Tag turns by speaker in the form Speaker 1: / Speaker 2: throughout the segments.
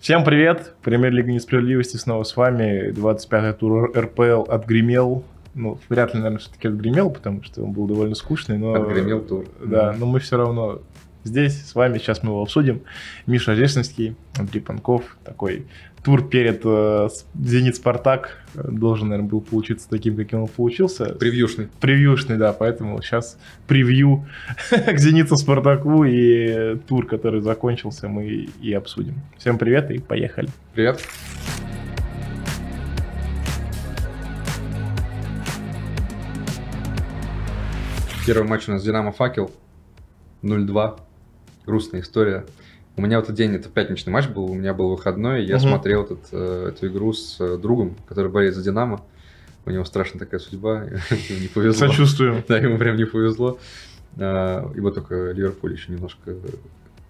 Speaker 1: Всем привет! Премьер Лига Несправедливости снова с вами. 25-й тур РПЛ отгремел. Ну, вряд ли, наверное, все-таки отгремел, потому что он был довольно скучный, но...
Speaker 2: Отгремел тур.
Speaker 1: Да, но мы все равно здесь с вами, сейчас мы его обсудим. Миша Рождественский, Андрей Панков, такой тур перед э, «Зенит-Спартак» должен, наверное, был получиться таким, каким он получился.
Speaker 2: Превьюшный.
Speaker 1: Превьюшный, да, поэтому сейчас превью к «Зениту-Спартаку» и тур, который закончился, мы и обсудим. Всем привет и поехали.
Speaker 2: Привет. Первый матч у нас «Динамо Факел». 0-2. Грустная история. У меня в этот день, это пятничный матч был, у меня был выходной, и я
Speaker 1: Мгм.
Speaker 2: смотрел этот, э, эту игру с э, другом, который болеет за «Динамо». У него страшная такая судьба, ему не повезло.
Speaker 1: Сочувствуем.
Speaker 2: Да, ему прям не повезло. А, Его только Ливерпуль еще немножко, э,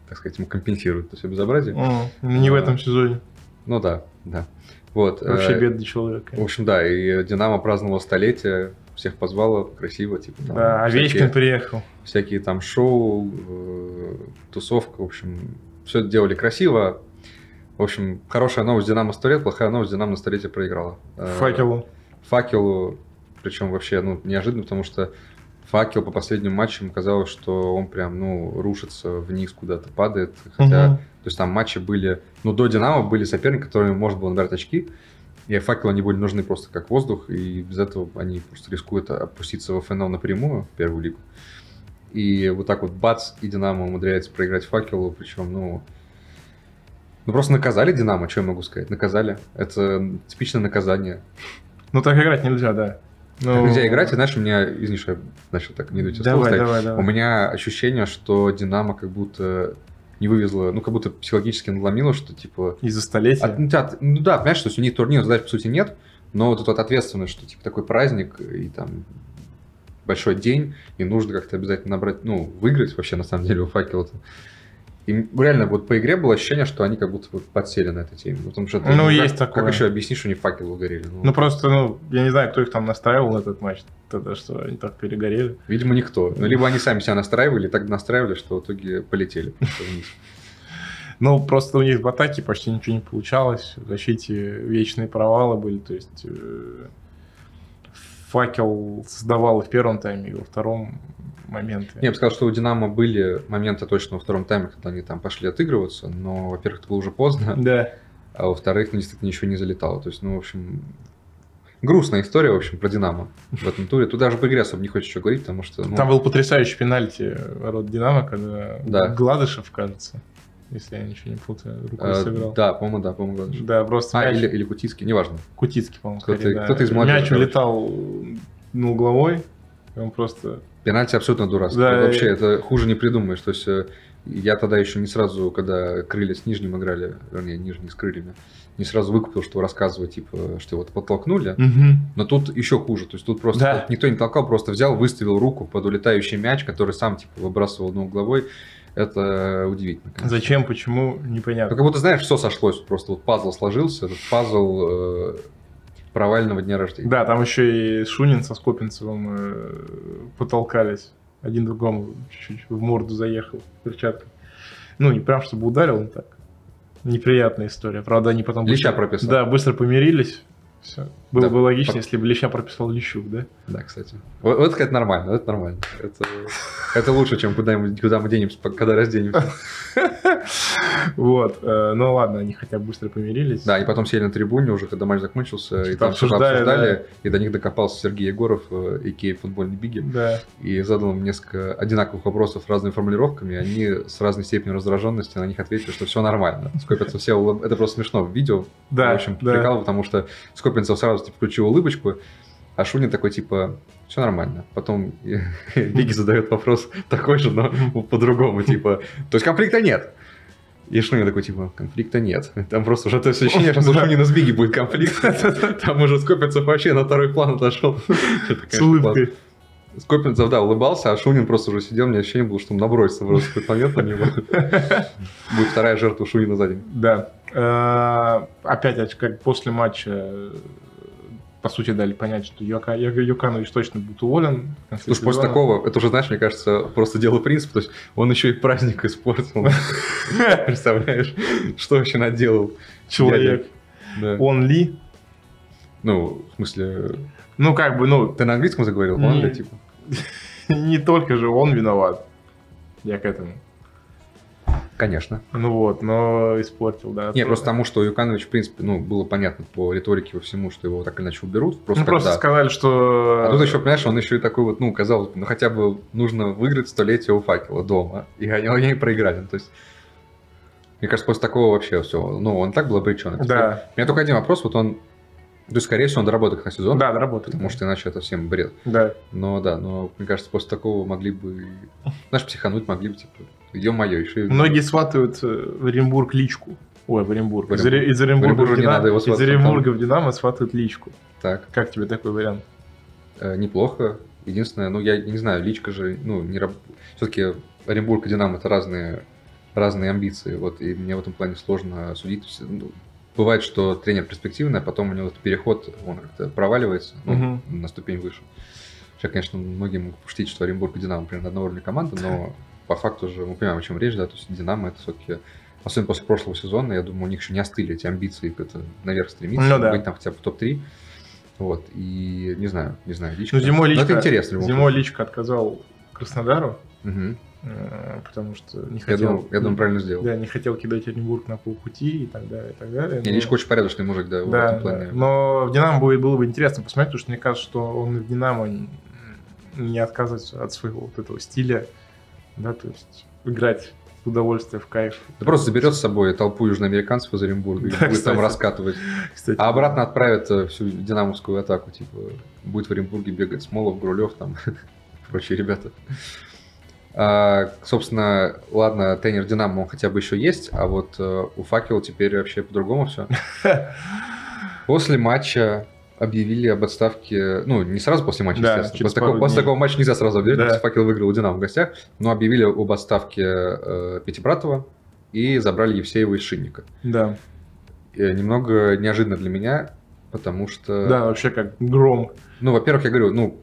Speaker 2: так сказать, ему компенсирует это все безобразие.
Speaker 1: М, Не в этом сезоне.
Speaker 2: Ну да, да. Вот. э,
Speaker 1: Вообще бедный человек.
Speaker 2: В общем, да, и «Динамо» праздновало столетие, всех позвало, красиво, типа. там
Speaker 1: Да, а
Speaker 2: всякие-
Speaker 1: Овечкин приехал.
Speaker 2: всякие там шоу, э, тусовка, в общем, все это делали красиво. В общем, хорошая новость Динамо 100 лет, плохая новость Динамо на столетие проиграла. Э,
Speaker 1: Факелу.
Speaker 2: Факелу, причем вообще ну, неожиданно, потому что Факел по последним матчам казалось, что он прям, ну, рушится вниз куда-то, падает. Хотя,
Speaker 1: Мгм.
Speaker 2: то есть там матчи были, ну, до Динамо были соперники, которым можно было набрать очки. И Факелу они были нужны просто как воздух, и без этого они просто рискуют опуститься в ФНЛ напрямую, в первую лигу. И вот так вот бац, и Динамо умудряется проиграть Факелу, причем, ну... Ну, просто наказали Динамо, что я могу сказать? Наказали. Это типичное наказание.
Speaker 1: Ну так играть нельзя, да. Ну,
Speaker 2: Так нельзя играть, и знаешь, у меня, извини, что я начал так не дуть в слово
Speaker 1: Давай,
Speaker 2: ставить.
Speaker 1: давай,
Speaker 2: У
Speaker 1: давай.
Speaker 2: меня ощущение, что Динамо как будто не вывезла, ну, как будто психологически надломило, что типа...
Speaker 1: Из-за столетия.
Speaker 2: от- ну, да, ну да, понимаешь, что у них турнир задач по сути нет, но вот эта вот ответственность, что типа такой праздник и там большой день, и нужно как-то обязательно набрать, ну, выиграть вообще на самом деле у факела-то. И реально вот по игре было ощущение, что они как будто вот подсели на этой теме. Потому что ты,
Speaker 1: Ну,
Speaker 2: как-
Speaker 1: есть такое.
Speaker 2: Как еще объяснишь, что они факел угорели? Ну,
Speaker 1: Ну просто, ну, я не знаю, кто их там настраивал на этот матч, тогда что они так перегорели.
Speaker 2: Видимо, никто. Ну, либо они сами себя настраивали, так настраивали, что в итоге полетели. просто вниз.
Speaker 1: Ну, просто у них в атаке почти ничего не получалось, в защите вечные провалы были, то есть э, факел создавал и в первом тайме, и во втором моменты.
Speaker 2: Я бы сказал, что у Динамо были моменты точно во втором тайме, когда они там пошли отыгрываться, но, во-первых, это было уже поздно,
Speaker 1: Да.
Speaker 2: а во-вторых, ну, действительно ничего не залетало. То есть, ну, в общем, грустная история, в общем, про Динамо в этом туре. Тут даже по игре особо не хочешь еще говорить, потому что... ну,
Speaker 1: Там был потрясающий пенальти ворот Динамо, когда
Speaker 2: Да.
Speaker 1: Гладышев, кажется, если я ничего не путаю, рукой
Speaker 2: э,
Speaker 1: сыграл.
Speaker 2: Да, по-моему, да, по-моему, Гладышев.
Speaker 1: Да, просто
Speaker 2: А,
Speaker 1: мяч-
Speaker 2: или, или Кутицкий, неважно.
Speaker 1: Кутицкий, по-моему,
Speaker 2: Кто-то-
Speaker 1: скорее, да.
Speaker 2: кто-то из молодежи,
Speaker 1: Мяч
Speaker 2: короче.
Speaker 1: улетал на угловой, и он просто...
Speaker 2: Пенальти абсолютно дурацкий.
Speaker 1: Да,
Speaker 2: вообще,
Speaker 1: и-
Speaker 2: это хуже не придумаешь. То есть э, я тогда еще не сразу, когда крылья с нижним играли, вернее, нижний с крыльями, не сразу выкупил, что рассказывать, типа, что его подтолкнули. Но тут еще хуже. То есть тут просто
Speaker 1: Да.
Speaker 2: тут никто не толкал, просто взял, выставил руку под улетающий мяч, который сам, типа, выбрасывал на угловой. Это удивительно. конечно.
Speaker 1: Зачем, почему,
Speaker 2: Ну,
Speaker 1: непонятно.
Speaker 2: как будто, знаешь, все сошлось. Просто вот пазл сложился, этот пазл э, провального дня рождения.
Speaker 1: Да, там еще и Шунин со Скопинцевым э, потолкались. Один другому чуть-чуть в морду заехал перчаткой. Ну, не прям чтобы ударил, но так. Неприятная история. Правда, они потом...
Speaker 2: Леща
Speaker 1: быстро-
Speaker 2: прописал.
Speaker 1: Да, быстро помирились. Все. Было
Speaker 2: Да,
Speaker 1: бы логично,
Speaker 2: пок-
Speaker 1: если бы Леща прописал Лещук, да?
Speaker 2: Да, кстати. Вот, вот это нормально, вот это нормально. Это, это лучше, чем куда, мы- куда мы денемся, по- когда разденемся.
Speaker 1: Вот. э, Ну ладно, они хотя бы быстро помирились.
Speaker 2: Да, и потом сели на трибуне уже, когда матч закончился, и
Speaker 1: Что-то
Speaker 2: там что-то
Speaker 1: обсуждали,
Speaker 2: обсуждали, и до них докопался Сергей Егоров, э, икея футбольный биги,
Speaker 1: Да.
Speaker 2: и задал им несколько одинаковых вопросов с разными формулировками, и они с разной степенью раздраженности на них ответили, что все нормально. Скопинцев все улыб- Это просто смешно в видео,
Speaker 1: Да,
Speaker 2: в общем,
Speaker 1: да.
Speaker 2: прикал, потому что Скопинцев сразу типа, включил улыбочку, а Шунин такой, типа, все нормально. Потом Бигги задает вопрос такой же, но по-другому, типа, то есть конфликта нет. И Шунин такой, типа, конфликта нет. Там просто уже то есть ощущение, что у
Speaker 1: Да.
Speaker 2: Шунина с Бигги будет конфликт. Там уже Скопинцев вообще на второй план отошел.
Speaker 1: С улыбкой.
Speaker 2: Скопинцев, да, улыбался, а Шунин просто уже сидел, у меня ощущение было, что он набросится просто в какой-то момент на него. Будет вторая жертва Шунина за день.
Speaker 1: Да. Э, Опять, оч- как после матча э, по сути, дали понять, что Йока, Йоканович точно будет уволен. в конце
Speaker 2: Слушай, после
Speaker 1: сезона.
Speaker 2: такого, это уже, знаешь, мне кажется, просто дело принципа. То есть он еще и праздник испортил. Представляешь, что вообще наделал?
Speaker 1: Человек.
Speaker 2: Да.
Speaker 1: Он ли?
Speaker 2: Ну, в смысле,
Speaker 1: Ну, как бы, ну,
Speaker 2: ты на английском заговорил? Он
Speaker 1: Не.
Speaker 2: ли, типа?
Speaker 1: не только же он виноват. Я к этому.
Speaker 2: Конечно.
Speaker 1: Ну вот, но испортил, да.
Speaker 2: Не, просто тому, что Юканович, в принципе, ну, было понятно по риторике по всему, что его так или иначе уберут. Просто
Speaker 1: Ну, просто
Speaker 2: когда-
Speaker 1: сказали, что...
Speaker 2: А тут еще, понимаешь, он еще и такой вот, ну, казалось бы, ну, хотя бы нужно выиграть столетие у факела дома. И они, они проиграли. Ну, То есть, мне кажется, после такого вообще все. Ну, он так был типа. обречен.
Speaker 1: Да,
Speaker 2: У меня только один вопрос. Вот он, то есть, скорее всего, он доработает на сезон.
Speaker 1: да, работает.
Speaker 2: Потому что иначе это всем бред.
Speaker 1: Да.
Speaker 2: Но да, но мне кажется, после такого могли бы, знаешь, психануть могли бы, типа, ё-моё, еще и...
Speaker 1: Многие сватают э, в Оренбург личку. Ой, в Оренбург.
Speaker 2: В
Speaker 1: Из, Оре-
Speaker 2: Оренбург.
Speaker 1: из Оренбурга,
Speaker 2: В
Speaker 1: в
Speaker 2: Оренбург не
Speaker 1: Динамо,
Speaker 2: надо его
Speaker 1: из
Speaker 2: сватать,
Speaker 1: Оренбурга в Динамо сватают личку.
Speaker 2: Так,
Speaker 1: Как тебе такой вариант?
Speaker 2: э, неплохо. Единственное, ну, я не знаю, личка же, ну, не Все-таки Оренбург и Динамо — это разные, разные амбиции, вот, и мне в этом плане сложно судить. Вс- ну, Бывает, что тренер перспективный, а потом у него этот переход, он как-то проваливается, ну,
Speaker 1: Мгм.
Speaker 2: на ступень выше. Сейчас, конечно, многие могут пустить, что Оренбург и Динамо примерно одного уровня команды, но по факту же мы понимаем, о чем речь, да, то есть Динамо это все-таки, особенно после прошлого сезона, я думаю, у них еще не остыли эти амбиции, как-то наверх стремиться,
Speaker 1: Ну да.
Speaker 2: быть там хотя бы топ-3. Вот, и не знаю, не знаю, лично.
Speaker 1: Ну, зимой
Speaker 2: Но
Speaker 1: личка,
Speaker 2: это интересно. в любом
Speaker 1: зимой личка отказал Краснодару,
Speaker 2: случае. Мгм.
Speaker 1: э, потому что не
Speaker 2: Я,
Speaker 1: хотел...
Speaker 2: думаю, я думаю, правильно сделал.
Speaker 1: Да, не хотел кидать Оренбург на полпути и так далее, и так далее.
Speaker 2: Не,
Speaker 1: но-
Speaker 2: Личко очень порядочный мужик, да, в
Speaker 1: Да,
Speaker 2: этом плане.
Speaker 1: да. но в Динамо будет, было бы интересно посмотреть, потому что мне кажется, что он и в Динамо н- не отказывается от своего вот этого стиля, да, то есть играть в удовольствие, в кайф.
Speaker 2: Да просто заберет с собой толпу южноамериканцев из Оренбурга и
Speaker 1: Да,
Speaker 2: будет
Speaker 1: кстати.
Speaker 2: там раскатывать.
Speaker 1: Кстати,
Speaker 2: А обратно отправят э, всю динамовскую атаку, типа, будет в Оренбурге бегать Смолов, Грулев, там, прочие ребята. А, собственно, ладно, тренер Динамо он хотя бы еще есть, а вот э, у Факела теперь вообще по-другому все. После матча объявили об отставке, ну, не сразу после матча,
Speaker 1: Да,
Speaker 2: естественно.
Speaker 1: через
Speaker 2: После такого,
Speaker 1: пару
Speaker 2: после
Speaker 1: дней.
Speaker 2: такого матча нельзя сразу объявлять,
Speaker 1: Да.
Speaker 2: потому что Факел выиграл у Динамо в гостях, но объявили об отставке э, Пятибратова и забрали Евсеева из Шинника.
Speaker 1: Да,
Speaker 2: Э, немного неожиданно для меня, потому что...
Speaker 1: да, вообще как гром.
Speaker 2: Ну, во-первых, я говорю, ну,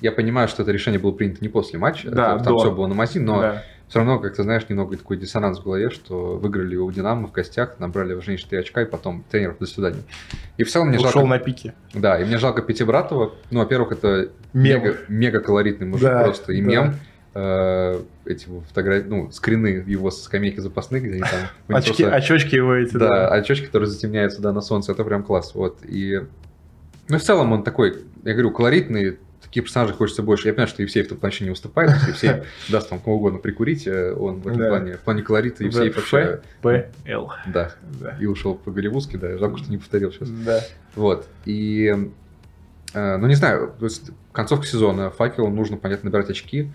Speaker 2: я понимаю, что это решение было принято не после матча,
Speaker 1: Да,
Speaker 2: это- там
Speaker 1: до.
Speaker 2: все было на мази, но
Speaker 1: Да.
Speaker 2: все равно, как ты знаешь, немного такой диссонанс в голове, что выиграли у Динамо в гостях, набрали в Женщине 4 очка, и потом тренеров до свидания. И в целом мне
Speaker 1: Ушел
Speaker 2: жалко...
Speaker 1: на пике.
Speaker 2: Да, и мне жалко Пятибратова. Ну, во-первых, это
Speaker 1: Мем.
Speaker 2: мега, мега колоритный мужик
Speaker 1: Да,
Speaker 2: просто, и
Speaker 1: да.
Speaker 2: мем. Э, эти его фотографии, ну, скрины его со скамейки запасных, где они там... у них
Speaker 1: Очки,
Speaker 2: просто-
Speaker 1: очечки его эти,
Speaker 2: да,
Speaker 1: да.
Speaker 2: очечки, которые затемняются, да, на солнце, это прям класс, вот, и... Ну, в целом он такой, я говорю, колоритный, таких персонажей хочется больше. Я понимаю, что Евсеев в этом плане не уступает, то есть Евсеев даст там кого угодно прикурить, э, он в этом
Speaker 1: Да.
Speaker 2: плане, в плане колорита Евсеев вообще,
Speaker 1: ВПЛ.
Speaker 2: да,
Speaker 1: Да.
Speaker 2: и ушел по-голливудски, да, жалко, что не повторил сейчас.
Speaker 1: Да.
Speaker 2: Вот. И, э, ну, не знаю, то есть концовка сезона, факелу нужно, понятно, набирать очки,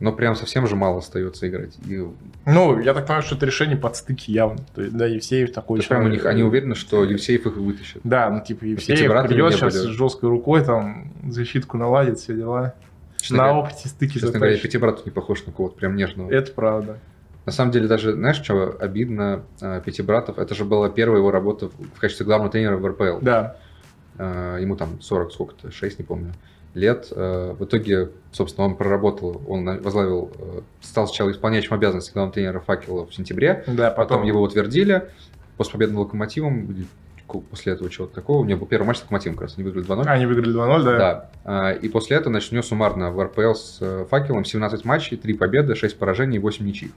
Speaker 2: но прям совсем же мало остается играть. И,
Speaker 1: Ну, я так понимаю, что это решение под стыки явно. То есть, да, Евсеев
Speaker 2: то
Speaker 1: такой...
Speaker 2: есть
Speaker 1: же-
Speaker 2: прям у них, они уверены, что Евсеев их вытащит.
Speaker 1: Да, ну типа Евсеев
Speaker 2: Пятибратами
Speaker 1: придет
Speaker 2: не
Speaker 1: сейчас
Speaker 2: были.
Speaker 1: с жесткой рукой, там, защитку наладит, все дела.
Speaker 2: Честно
Speaker 1: на
Speaker 2: говоря,
Speaker 1: опыте стыки
Speaker 2: честно говоря, я
Speaker 1: затащит.
Speaker 2: Пятибратов не похож на кого-то прям нежного.
Speaker 1: Это правда.
Speaker 2: На самом деле, даже, знаешь, что обидно, э, Пятибратов, это же была первая его работа в в качестве главного тренера в РПЛ.
Speaker 1: Да.
Speaker 2: Э, ему там 40, сколько-то, 6, не помню, лет. Э, В итоге, собственно, он проработал, он на- возглавил, э, стал сначала исполняющим обязанности главного тренера «Факела» в сентябре,
Speaker 1: Да,
Speaker 2: потом
Speaker 1: потом,
Speaker 2: его утвердили, после победы над «Локомотивом», или ку- после этого чего-то такого, у него был первый матч с «Локомотивом», как раз, они выиграли 2-0.
Speaker 1: Они выиграли 2-0, А, да?
Speaker 2: Да. А, И после этого значит, у него суммарно в РПЛ с э, факелом 17 матчей, 3 победы, 6 поражений и 8 ничьих.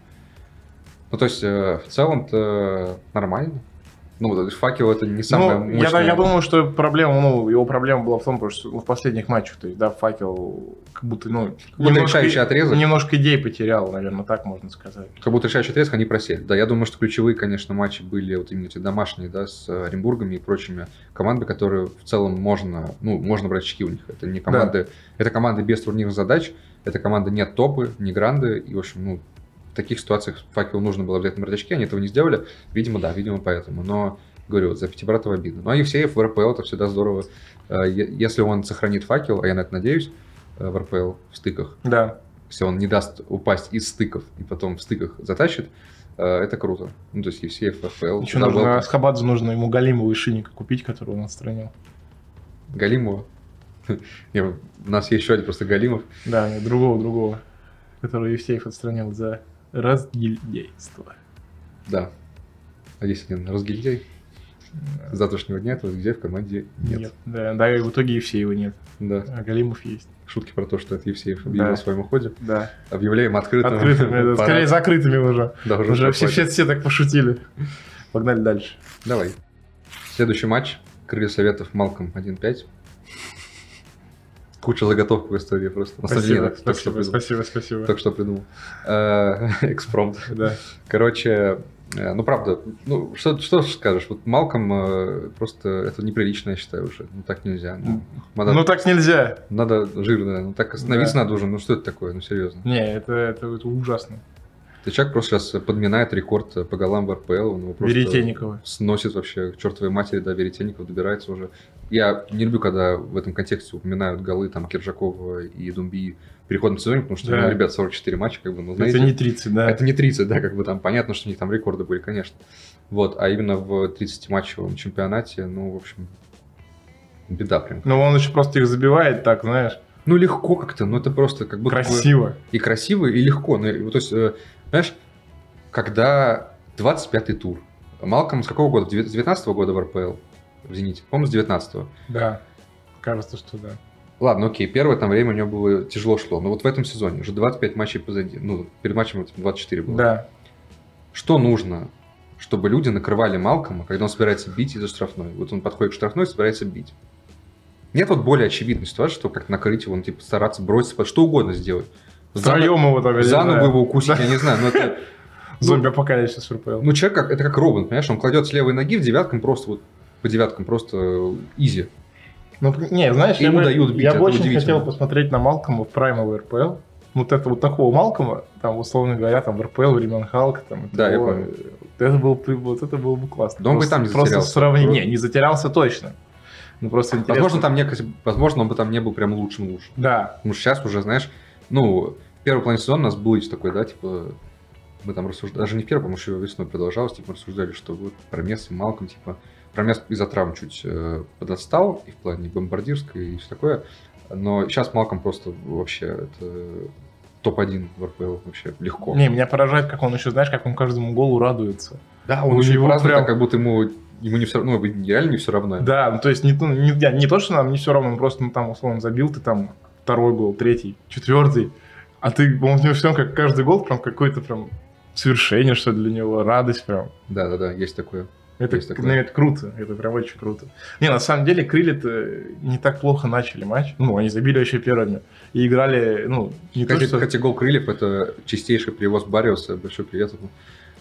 Speaker 2: Ну, то есть, э, в целом-то нормально. Ну, то есть факел это не самое
Speaker 1: ну, я,
Speaker 2: мощное.
Speaker 1: я думаю, что проблема, ну, его проблема была в том, потому что ну, в последних матчах, то есть, да, факел как будто, ну,
Speaker 2: будто решающий отрезок.
Speaker 1: немножко идей потерял, наверное, так можно сказать.
Speaker 2: Как будто решающий отрезок они просели. Да, я думаю, что ключевые, конечно, матчи были вот именно эти домашние, да, с э, Оренбургами и прочими командами, которые в целом можно, ну, можно брать очки у них. Это не команды, это команды без турнирных задач, это команды не топы, не гранды, и, в общем, ну, в таких ситуациях факел нужно было взять на брать очки, они этого не сделали. Видимо, да, видимо, поэтому. Но, говорю, вот за Пятибратова обидно. Ну, а Евсеев в РПЛ это всегда здорово. Э, е- Если он сохранит факел, а я на это надеюсь, э, в РПЛ в стыках,
Speaker 1: Да.
Speaker 2: если он не даст упасть из стыков и потом в стыков затащит, э, это круто. Ну, то есть Евсеев, ФФЛ.
Speaker 1: Еще нужно, с Хабадзе нужно ему Галимова и Шинника купить, которого он отстранил.
Speaker 2: Галимова. Не, У нас есть еще один просто Галимов.
Speaker 1: Да, нет, другого, другого, который Евсеев отстранил за разгильдейство.
Speaker 2: Да. А есть один разгильдяй. С завтрашнего дня этого разгильдяя в команде нет.
Speaker 1: Да, да, и в итоге Евсеева нет,
Speaker 2: Да.
Speaker 1: а Галимов есть.
Speaker 2: Шутки про то, что это Евсеев объявил
Speaker 1: Да.
Speaker 2: о своем уходе.
Speaker 1: Да.
Speaker 2: Объявляем открытым.
Speaker 1: Открытыми, да,
Speaker 2: Пора.
Speaker 1: скорее закрытыми уже.
Speaker 2: Да, уже
Speaker 1: Уже все, все,
Speaker 2: проплатим.
Speaker 1: все так пошутили. Погнали дальше.
Speaker 2: Давай. Следующий матч. Крылья Советов Малком 1-5. Куча заготовок в истории просто. На самом деле,
Speaker 1: Спасибо,
Speaker 2: Ну, я только что
Speaker 1: спасибо,
Speaker 2: придумал.
Speaker 1: спасибо, спасибо.
Speaker 2: Только что придумал. Э, Экспромт.
Speaker 1: Да.
Speaker 2: Короче, э, ну правда, ну что, что ж скажешь, вот Малком э, просто это неприлично, я считаю, уже. Ну так нельзя. Ну, надо,
Speaker 1: Ну так нельзя.
Speaker 2: надо жирно, ну так остановиться надо уже, ну что это такое, ну серьезно.
Speaker 1: Не, это, это, это ужасно.
Speaker 2: Ты человек просто сейчас подминает рекорд по голам в РПЛ, он его просто
Speaker 1: Веретенникова.
Speaker 2: сносит вообще к чертовой матери, да, Веретенников добирается уже. Я не люблю, когда в этом контексте упоминают голы там Киржакова и Думби в переходном сезоне, потому что,
Speaker 1: Да.
Speaker 2: ну, ребят, 44 матча, как бы, ну, знаете,
Speaker 1: Это не 30, да.
Speaker 2: это не 30, да, как бы там понятно, что у них там рекорды были, конечно. Вот, а именно в 30-матчевом чемпионате, ну, в общем, беда прям.
Speaker 1: Ну он еще просто их забивает так, знаешь,
Speaker 2: Ну, легко как-то, ну, это просто как будто... бы-
Speaker 1: красиво.
Speaker 2: и красиво, и легко. Ну, и- то есть, э, знаешь, когда 25-й тур, Малком с какого года? Девя- С 19 года в РПЛ, в «Зените». По-моему, с 19
Speaker 1: Да. Кажется, что да.
Speaker 2: Ладно, окей, первое там время у него было тяжело шло, но вот в этом сезоне уже 25 матчей позади, ну, перед матчем типа, 24 было.
Speaker 1: Да.
Speaker 2: Что нужно, чтобы люди накрывали Малкома, когда он собирается бить из-за штрафной? Вот он подходит к штрафной и собирается бить. Нет вот более очевидной ситуации, что как накрыть его, ну, типа, стараться броситься, под что угодно сделать. За ног-
Speaker 1: Втроем его только.
Speaker 2: за
Speaker 1: не
Speaker 2: ногу
Speaker 1: знаю.
Speaker 2: его укусить, я не знаю, но это...
Speaker 1: Зомби апокалипсис РПЛ.
Speaker 2: Ну, человек, как, это как Робин, понимаешь, он кладет с левой ноги в девяткам просто вот по девяткам просто э, изи.
Speaker 1: Ну, не, знаешь,
Speaker 2: Ему
Speaker 1: я,
Speaker 2: дают
Speaker 1: бы,
Speaker 2: бить,
Speaker 1: я
Speaker 2: это
Speaker 1: бы очень
Speaker 2: удивительно.
Speaker 1: хотел посмотреть на Малкома в праймовый РПЛ. Вот это вот такого Малкома, там, условно говоря, там, в РПЛ времен Халка, там, и
Speaker 2: Да, я
Speaker 1: того.
Speaker 2: понял.
Speaker 1: Это было, бы- вот это было бы классно.
Speaker 2: Да он бы и там не
Speaker 1: Просто
Speaker 2: затерялся.
Speaker 1: сравнение. Не, не затерялся точно. Ну, просто интересно.
Speaker 2: Возможно, там некоторые- возможно, он бы там не был прям лучшим лучшим.
Speaker 1: Да,
Speaker 2: Потому что сейчас уже, знаешь, ну, в первый плане сезона у нас был еще такой, да, типа, мы там рассуждали, даже не в первом, потому что весной продолжалось, типа, рассуждали, что вот Промес и Малком, типа, Промес из-за травм чуть э, подотстал, и в плане бомбардирской и все такое, но сейчас Малком просто вообще это топ-1 в РПЛ вообще легко.
Speaker 1: Не, меня поражает, как он еще, знаешь, как он каждому голу радуется.
Speaker 2: Да,
Speaker 1: у
Speaker 2: он очень
Speaker 1: него
Speaker 2: просто,
Speaker 1: прям-
Speaker 2: а как будто ему, ему не все равно, ну, реально не все равно.
Speaker 1: Да, ну то есть не, то- не, я- не то, что нам не все равно, он просто ну, там условно забил ты там второй гол, третий, четвертый, а ты, он в него все как каждый гол прям какой-то прям свершение, что ли, для него, радость прям.
Speaker 2: да, да, да, есть такое.
Speaker 1: Это,
Speaker 2: Есть такое.
Speaker 1: ну, это круто, это прям очень круто. Не, на самом деле, крылья-то не так плохо начали матч. Ну, они забили вообще первыми. И играли, ну, не то,
Speaker 2: Кстати,
Speaker 1: что...
Speaker 2: кстати, гол крыльев это чистейший привоз Бариуса. Большой привет ему.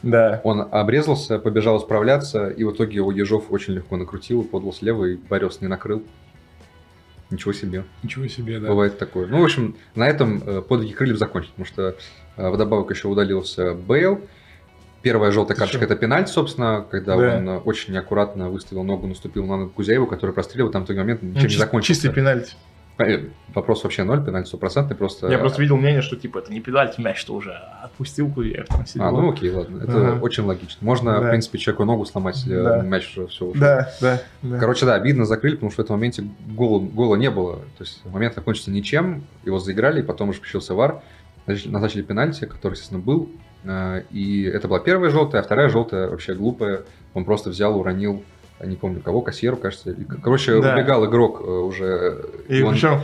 Speaker 1: Да.
Speaker 2: Он обрезался, побежал исправляться, и в итоге его Ежов очень легко накрутил, подал слева, и Бариус не накрыл. Ничего себе.
Speaker 1: Ничего себе,
Speaker 2: Бывает такое. Ну, в общем, на этом э, подвиги крыльев закончат, потому что э, вдобавок еще удалился Бейл. Первая желтая
Speaker 1: Ты
Speaker 2: карточка
Speaker 1: чё?
Speaker 2: это пенальти, собственно, когда
Speaker 1: Да.
Speaker 2: он э, очень неаккуратно выставил ногу, наступил на ногу Кузяеву, который прострелил, там в такой момент
Speaker 1: Ну,
Speaker 2: ничем не
Speaker 1: чис-
Speaker 2: закончился.
Speaker 1: Чистый пенальти.
Speaker 2: Э, Вопрос вообще ноль, пенальти стопроцентный, просто...
Speaker 1: Я просто видел мнение, что типа это не пенальти, мяч что уже отпустил Кузяев там сидел.
Speaker 2: А, ну окей, ладно, это
Speaker 1: Ага.
Speaker 2: очень логично. Можно,
Speaker 1: Да.
Speaker 2: в принципе, человеку ногу сломать, если
Speaker 1: Да.
Speaker 2: мяч уже все ушел.
Speaker 1: Да, да, да.
Speaker 2: Э, Короче, да, обидно закрыли, потому что в этом моменте гола, гола не было. То есть момент закончился ничем, его заиграли, и потом уже включился вар, назначили, назначили пенальти, который, естественно, был. Э, И это была первая желтая, а вторая желтая вообще глупая. Он просто взял, уронил, э, не помню кого, кассиру, кажется. или- Короче,
Speaker 1: Да.
Speaker 2: убегал игрок э, уже. э,
Speaker 1: И
Speaker 2: он
Speaker 1: причем,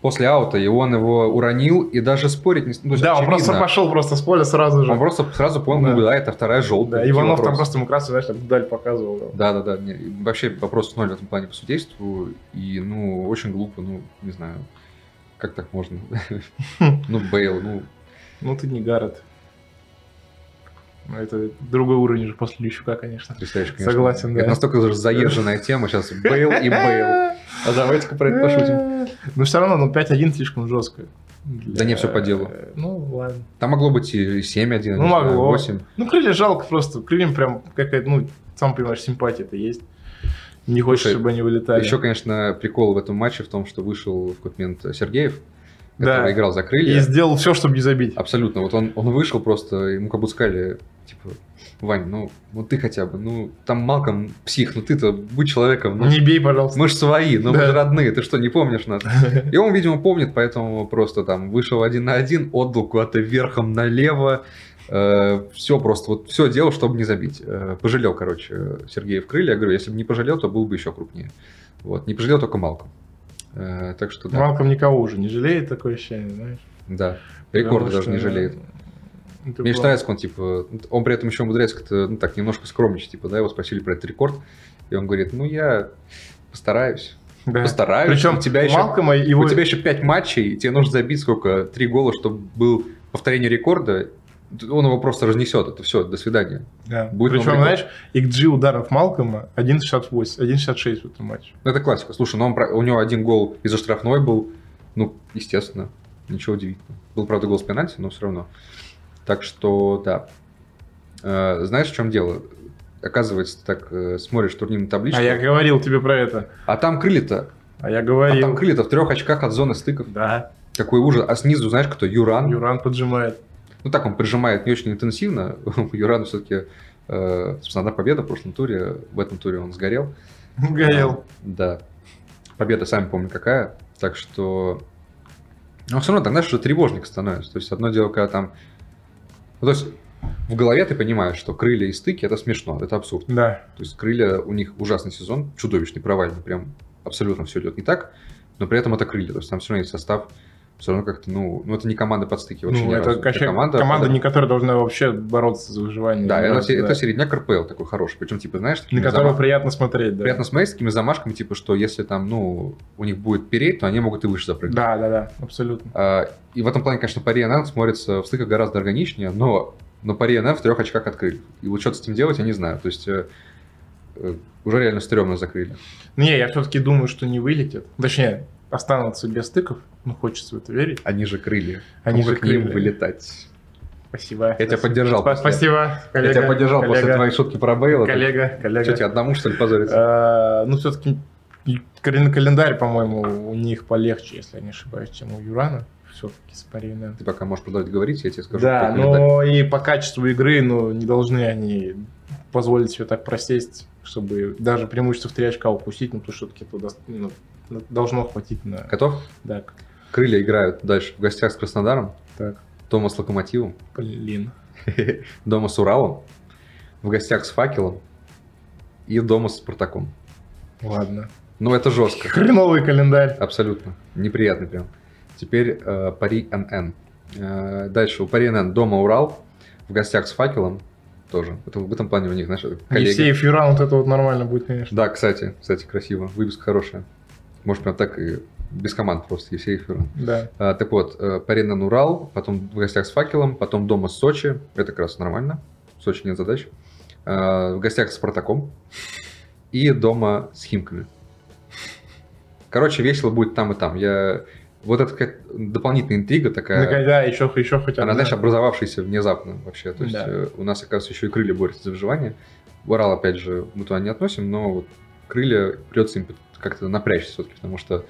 Speaker 2: после аута, и он его уронил, и даже спорить не... с- ну, то есть
Speaker 1: да, он
Speaker 2: очевидно.
Speaker 1: просто пошел просто с поля сразу же.
Speaker 2: Он просто сразу понял, ну,
Speaker 1: Да.
Speaker 2: да, это вторая желтая.
Speaker 1: Да,
Speaker 2: какие
Speaker 1: Иванов там
Speaker 2: вопросы?
Speaker 1: просто ему красную, знаешь, так вдаль показывал.
Speaker 2: Да, да, да. не, и вообще вопрос ноль в этом плане по судейству. И, ну, очень глупо, ну, не знаю, как так можно.
Speaker 1: Хм.
Speaker 2: Ну, Бейл, ну,
Speaker 1: Ну ты не Гаррет. Ну, это другой уровень уже после Лещука, конечно.
Speaker 2: потрясающе, конечно.
Speaker 1: Согласен, да.
Speaker 2: Это настолько уже заезженная тема сейчас. Бейл и Бейл. А давайте-ка про это пошутим.
Speaker 1: Но все равно, ну 5-1 слишком жестко.
Speaker 2: Да не, всё по делу.
Speaker 1: Ну ладно.
Speaker 2: Там могло быть и 7-1,
Speaker 1: Ну, могло.
Speaker 2: 8.
Speaker 1: Ну крылья жалко просто. Крыльям прям какая-то, ну, сам понимаешь, симпатия-то есть. Не хочешь,
Speaker 2: Слушай,
Speaker 1: чтобы они вылетали.
Speaker 2: Еще, конечно, прикол в этом матче в том, что вышел в какой-то момент Сергеев,
Speaker 1: Да.
Speaker 2: который играл за крылья.
Speaker 1: И сделал все, чтобы не забить.
Speaker 2: Абсолютно. Вот он, он вышел просто, ему как будто сказали, Типа, Вань, ну, вот ты хотя бы, ну, там Малком псих, ну ты-то будь человеком. Ну,
Speaker 1: Не бей, пожалуйста.
Speaker 2: мы же свои, но мы
Speaker 1: Да.
Speaker 2: же родные, ты что, не помнишь нас? И он, видимо, помнит, поэтому просто там вышел один на один, отдал куда-то верхом налево, все просто, вот все делал, чтобы не забить. Э, пожалел, короче, э, Сергеев крылья. Я говорю, если бы не пожалел, то был бы еще крупнее. Вот, не пожалел только Малком. Э, так что да,
Speaker 1: Малком никого уже не жалеет, такое ощущение, знаешь.
Speaker 2: да. Рекорды
Speaker 1: Потому
Speaker 2: даже не
Speaker 1: что,
Speaker 2: жалеет.
Speaker 1: ну, ты
Speaker 2: Мне
Speaker 1: прав.
Speaker 2: же нравится, как он, типа, он при этом еще умудряется как-то, ну, так, немножко скромничать, типа, да, его спросили про этот рекорд, и он говорит, ну, я постараюсь,
Speaker 1: Да.
Speaker 2: постараюсь,
Speaker 1: Причем
Speaker 2: у тебя еще
Speaker 1: Малкома его...
Speaker 2: У тебя еще 5 матчей, и тебе нужно забить сколько? Три гола, чтобы был повторение рекорда. Он его просто разнесет. Это все, до свидания.
Speaker 1: Да.
Speaker 2: будет
Speaker 1: Причем,
Speaker 2: новый рекорд.
Speaker 1: знаешь, XG ударов Малкома 1.68, 1.66 в этом матче.
Speaker 2: Ну, это классика. Слушай, ну он про- у него один гол из-за штрафной был. Ну, естественно, ничего удивительного. Был, правда, гол с пенальти, но все равно. Так что, да. Э, знаешь, в чем дело? Оказывается, ты так э, смотришь турнир на табличку,
Speaker 1: А я говорил тебе про это.
Speaker 2: а там крылья-то,
Speaker 1: А я
Speaker 2: а
Speaker 1: говорил.
Speaker 2: там крылья-то в трех очках от зоны стыков.
Speaker 1: Да,
Speaker 2: Какой ужас. А снизу, знаешь, кто? Юран.
Speaker 1: Юран поджимает.
Speaker 2: Ну так он прижимает не очень интенсивно. У Юрана все-таки, э, собственно, одна победа в прошлом туре. В этом туре он сгорел.
Speaker 1: Горел.
Speaker 2: Да. Победа, сами помню, какая. Так что... Но все равно тогда что тревожник становится. То есть одно дело, когда там... Ну, то есть в голове ты понимаешь, что крылья и стыки это смешно, это абсурд.
Speaker 1: Да.
Speaker 2: То есть крылья у них ужасный сезон, чудовищный, провальный, прям абсолютно все идет не так, но при этом это крылья, то есть там все равно есть состав, все равно как-то, ну, ну это не команда под стыки вообще
Speaker 1: Ну,
Speaker 2: ни
Speaker 1: это
Speaker 2: разу.
Speaker 1: вообще команда,
Speaker 2: под-
Speaker 1: не которая должна вообще бороться за выживание.
Speaker 2: да,
Speaker 1: Ни
Speaker 2: это,
Speaker 1: разу,
Speaker 2: се-
Speaker 1: да.
Speaker 2: это середняк РПЛ такой хороший. Причем, типа, знаешь, такими
Speaker 1: На которого
Speaker 2: замах-
Speaker 1: приятно смотреть, да.
Speaker 2: приятно смотреть с такими замашками, типа, что если там, ну, у них будет переть, то они могут и выше запрыгнуть.
Speaker 1: Да, да, да, абсолютно.
Speaker 2: А, и в этом плане, конечно, Пари НН смотрится в стыках гораздо органичнее, но, но Пари НН в трех очках открыли. И вот что с этим делать, я не знаю. То есть э, э, уже реально стрёмно закрыли.
Speaker 1: Не, я все-таки думаю, что не вылетят. Точнее, останутся без стыков. Ну, хочется в это верить.
Speaker 2: Они же крылья.
Speaker 1: Они
Speaker 2: Кому
Speaker 1: же
Speaker 2: же к ним
Speaker 1: крылья.
Speaker 2: вылетать.
Speaker 1: Спасибо.
Speaker 2: Я тебя поддержал.
Speaker 1: Спа-
Speaker 2: после-
Speaker 1: Спасибо, коллега.
Speaker 2: Я тебя поддержал после
Speaker 1: коллега,
Speaker 2: твоей шутки про Бейла.
Speaker 1: Коллега, коллега.
Speaker 2: Что тебе, одному, что ли, позориться?
Speaker 1: А, Ну, все-таки календарь, по-моему, у них полегче, если я не ошибаюсь, чем у Юрана. Все-таки с Пари НН.
Speaker 2: Ты пока можешь продолжать говорить, я тебе скажу.
Speaker 1: Да, ну-
Speaker 2: какой комментарий.
Speaker 1: но и по качеству игры, ну, не должны они позволить себе так просесть, чтобы даже преимущество в 3 очка упустить, ну, то все-таки это дос- ну, должно хватить на...
Speaker 2: Готов?
Speaker 1: Да,
Speaker 2: Крылья играют дальше в гостях с Краснодаром,
Speaker 1: так,
Speaker 2: дома с Локомотивом,
Speaker 1: блин.
Speaker 2: дома с Уралом, в гостях с Факелом и дома с Спартаком.
Speaker 1: Ладно.
Speaker 2: Ну, это жестко.
Speaker 1: Хреновый календарь.
Speaker 2: Абсолютно. Неприятно прям. Теперь э, Пари НН. Э, дальше у Пари НН дома Урал, в гостях с Факелом тоже. Это в этом плане у них, знаешь, коллеги.
Speaker 1: Алексеев Юран, вот это вот нормально будет, конечно.
Speaker 2: Да, кстати, кстати, красиво. Выписка хорошая. Может, прям так и без команд просто, Евсеев Юран.
Speaker 1: Да.
Speaker 2: А, так вот, э, Парина Нурал, потом в гостях с Факелом, потом дома с Сочи. Это как раз нормально. В Сочи нет задач. А, в гостях с Спартаком. И дома с Химками. Короче, весело будет там и там. Я... Вот это какая-то дополнительная интрига такая.
Speaker 1: Да, да, еще, еще хотя бы.
Speaker 2: Она, знаешь, образовавшаяся внезапно вообще. То есть
Speaker 1: Да.
Speaker 2: э, у нас, оказывается, еще и крылья борются за выживание. Урал, опять же, мы туда не относим, но вот крылья придется им как-то напрячься все-таки, потому что,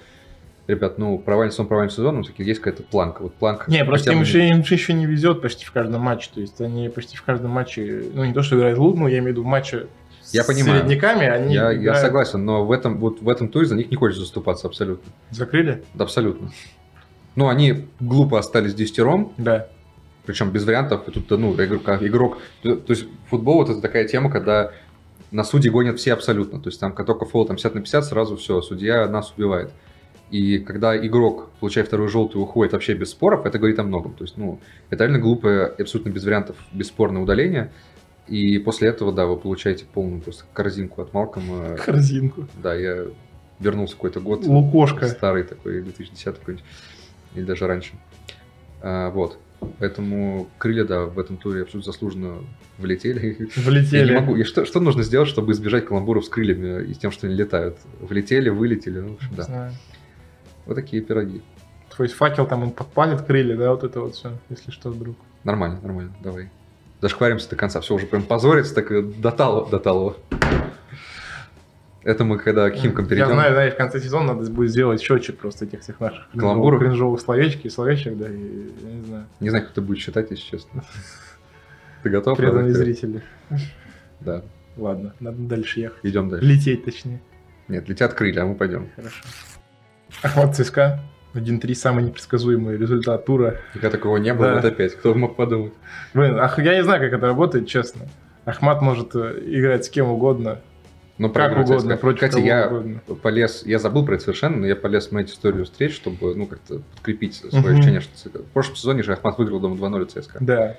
Speaker 2: ребят, ну, провальный сезон, провальный сезон, но все-таки есть какая-то планка. Вот планка...
Speaker 1: Не, просто
Speaker 2: хотя
Speaker 1: им
Speaker 2: бы-
Speaker 1: еще, им еще не везет почти в каждом матче. То есть они почти в каждом матче, ну не то, что играют лут, но я имею в виду в матче
Speaker 2: Я
Speaker 1: с
Speaker 2: понимаю.
Speaker 1: середняками, они
Speaker 2: Я, я
Speaker 1: играют-
Speaker 2: согласен, но в этом, вот в этом туре за них не хочется заступаться абсолютно.
Speaker 1: Закрыли?
Speaker 2: Да, Абсолютно. Ну, они глупо остались десятером,
Speaker 1: Да.
Speaker 2: Причем без вариантов. И тут, да, ну, я говорю, как игрок... То то есть футбол вот это такая тема, когда на судьи гонят все абсолютно. То есть там, как только фол там 50 на 50, сразу все, судья нас убивает. И когда игрок, получая вторую желтую, уходит вообще без споров, это говорит о многом. То есть, ну, это реально глупое, и абсолютно без вариантов, бесспорное удаление. И после этого, да, вы получаете полную просто корзинку от Малкома.
Speaker 1: Корзинку.
Speaker 2: Да, я вернулся в какой-то год.
Speaker 1: Лукошка.
Speaker 2: Старый такой, 2010 какой-нибудь. Или даже раньше. А, вот. Поэтому крылья, да, в этом туре абсолютно заслуженно влетели. Я не
Speaker 1: Влетели.
Speaker 2: могу. И что, что нужно сделать, чтобы избежать каламбуров с крыльями и с тем, что они летают? Влетели, вылетели. Ну, в общем,
Speaker 1: Не
Speaker 2: да.
Speaker 1: знаю.
Speaker 2: Вот такие пироги.
Speaker 1: То есть факел там он подпалит крылья, да, вот это вот все, если что вдруг.
Speaker 2: Нормально, нормально, давай. Дошкваримся до конца. Все, уже прям позорится, так и до талого, до талого. Это мы когда к химкам перейдем.
Speaker 1: Я знаю, да, и в конце сезона надо будет сделать счетчик просто этих всех наших
Speaker 2: Каламбуров?
Speaker 1: кринжовых словечек и словечек, да, и я не знаю.
Speaker 2: Не знаю, как ты будешь считать, если честно. Ты готов?
Speaker 1: преданные зрители.
Speaker 2: Да.
Speaker 1: Ладно, надо дальше ехать.
Speaker 2: Идем дальше.
Speaker 1: Лететь, точнее.
Speaker 2: Нет, летят крылья, а мы пойдем.
Speaker 1: Хорошо. Охват ЦСКА. 1-3, самый непредсказуемый результат тура.
Speaker 2: Пока такого не было,
Speaker 1: Да.
Speaker 2: вот опять. Кто бы мог подумать?
Speaker 1: Блин, ах, я не знаю, как это работает, честно. Ахмат может э, играть с кем угодно,
Speaker 2: Ну,
Speaker 1: как
Speaker 2: проигрывать
Speaker 1: угодно,
Speaker 2: ЦСКА.
Speaker 1: против
Speaker 2: Кстати,
Speaker 1: кого
Speaker 2: я
Speaker 1: угодно.
Speaker 2: полез, я забыл про это совершенно, но я полез смотреть историю встреч, чтобы, ну, как-то подкрепить свое
Speaker 1: Мгм.
Speaker 2: ощущение, что ЦСКА. в прошлом сезоне же Ахмат выиграл дома 2-0 у ЦСКА.
Speaker 1: Да.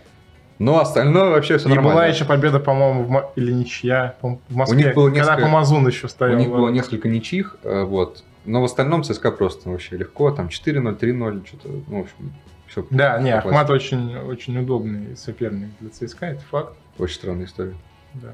Speaker 2: Но остальное вообще все
Speaker 1: И
Speaker 2: нормально.
Speaker 1: была еще победа, по-моему, в Мо- или ничья по-моему, в Москве,
Speaker 2: них было
Speaker 1: когда
Speaker 2: несколько-
Speaker 1: Помазун еще стоял.
Speaker 2: У них было
Speaker 1: ладно.
Speaker 2: несколько ничьих, э, вот. Но в остальном ЦСКА просто вообще легко, там 4-0, 3-0, что-то, ну, в общем, все
Speaker 1: Да, не,
Speaker 2: По
Speaker 1: Ахмат очень, очень удобный соперник для ЦСКА, это факт.
Speaker 2: очень странная история.
Speaker 1: Да.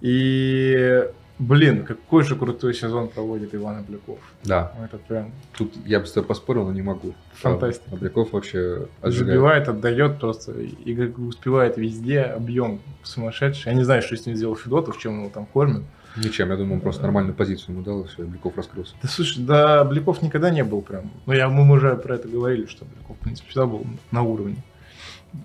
Speaker 1: И, блин, какой же крутой сезон проводит Иван Обляков.
Speaker 2: Да,
Speaker 1: Это прям
Speaker 2: тут я бы с тобой поспорил, но не могу.
Speaker 1: Фантастика.
Speaker 2: Правда, Обляков вообще отжигает.
Speaker 1: забивает, отдает просто, и как бы успевает везде, объем сумасшедший. Я не знаю, что с ним сделал Федотов, чем его там кормят.
Speaker 2: Ничем, я думаю, он просто нормальную позицию ему дал, и все, Обляков раскрылся.
Speaker 1: Да слушай, да Обляков никогда не был прям. Ну, я, мы уже про это говорили, что Обляков, в принципе, всегда был на уровне.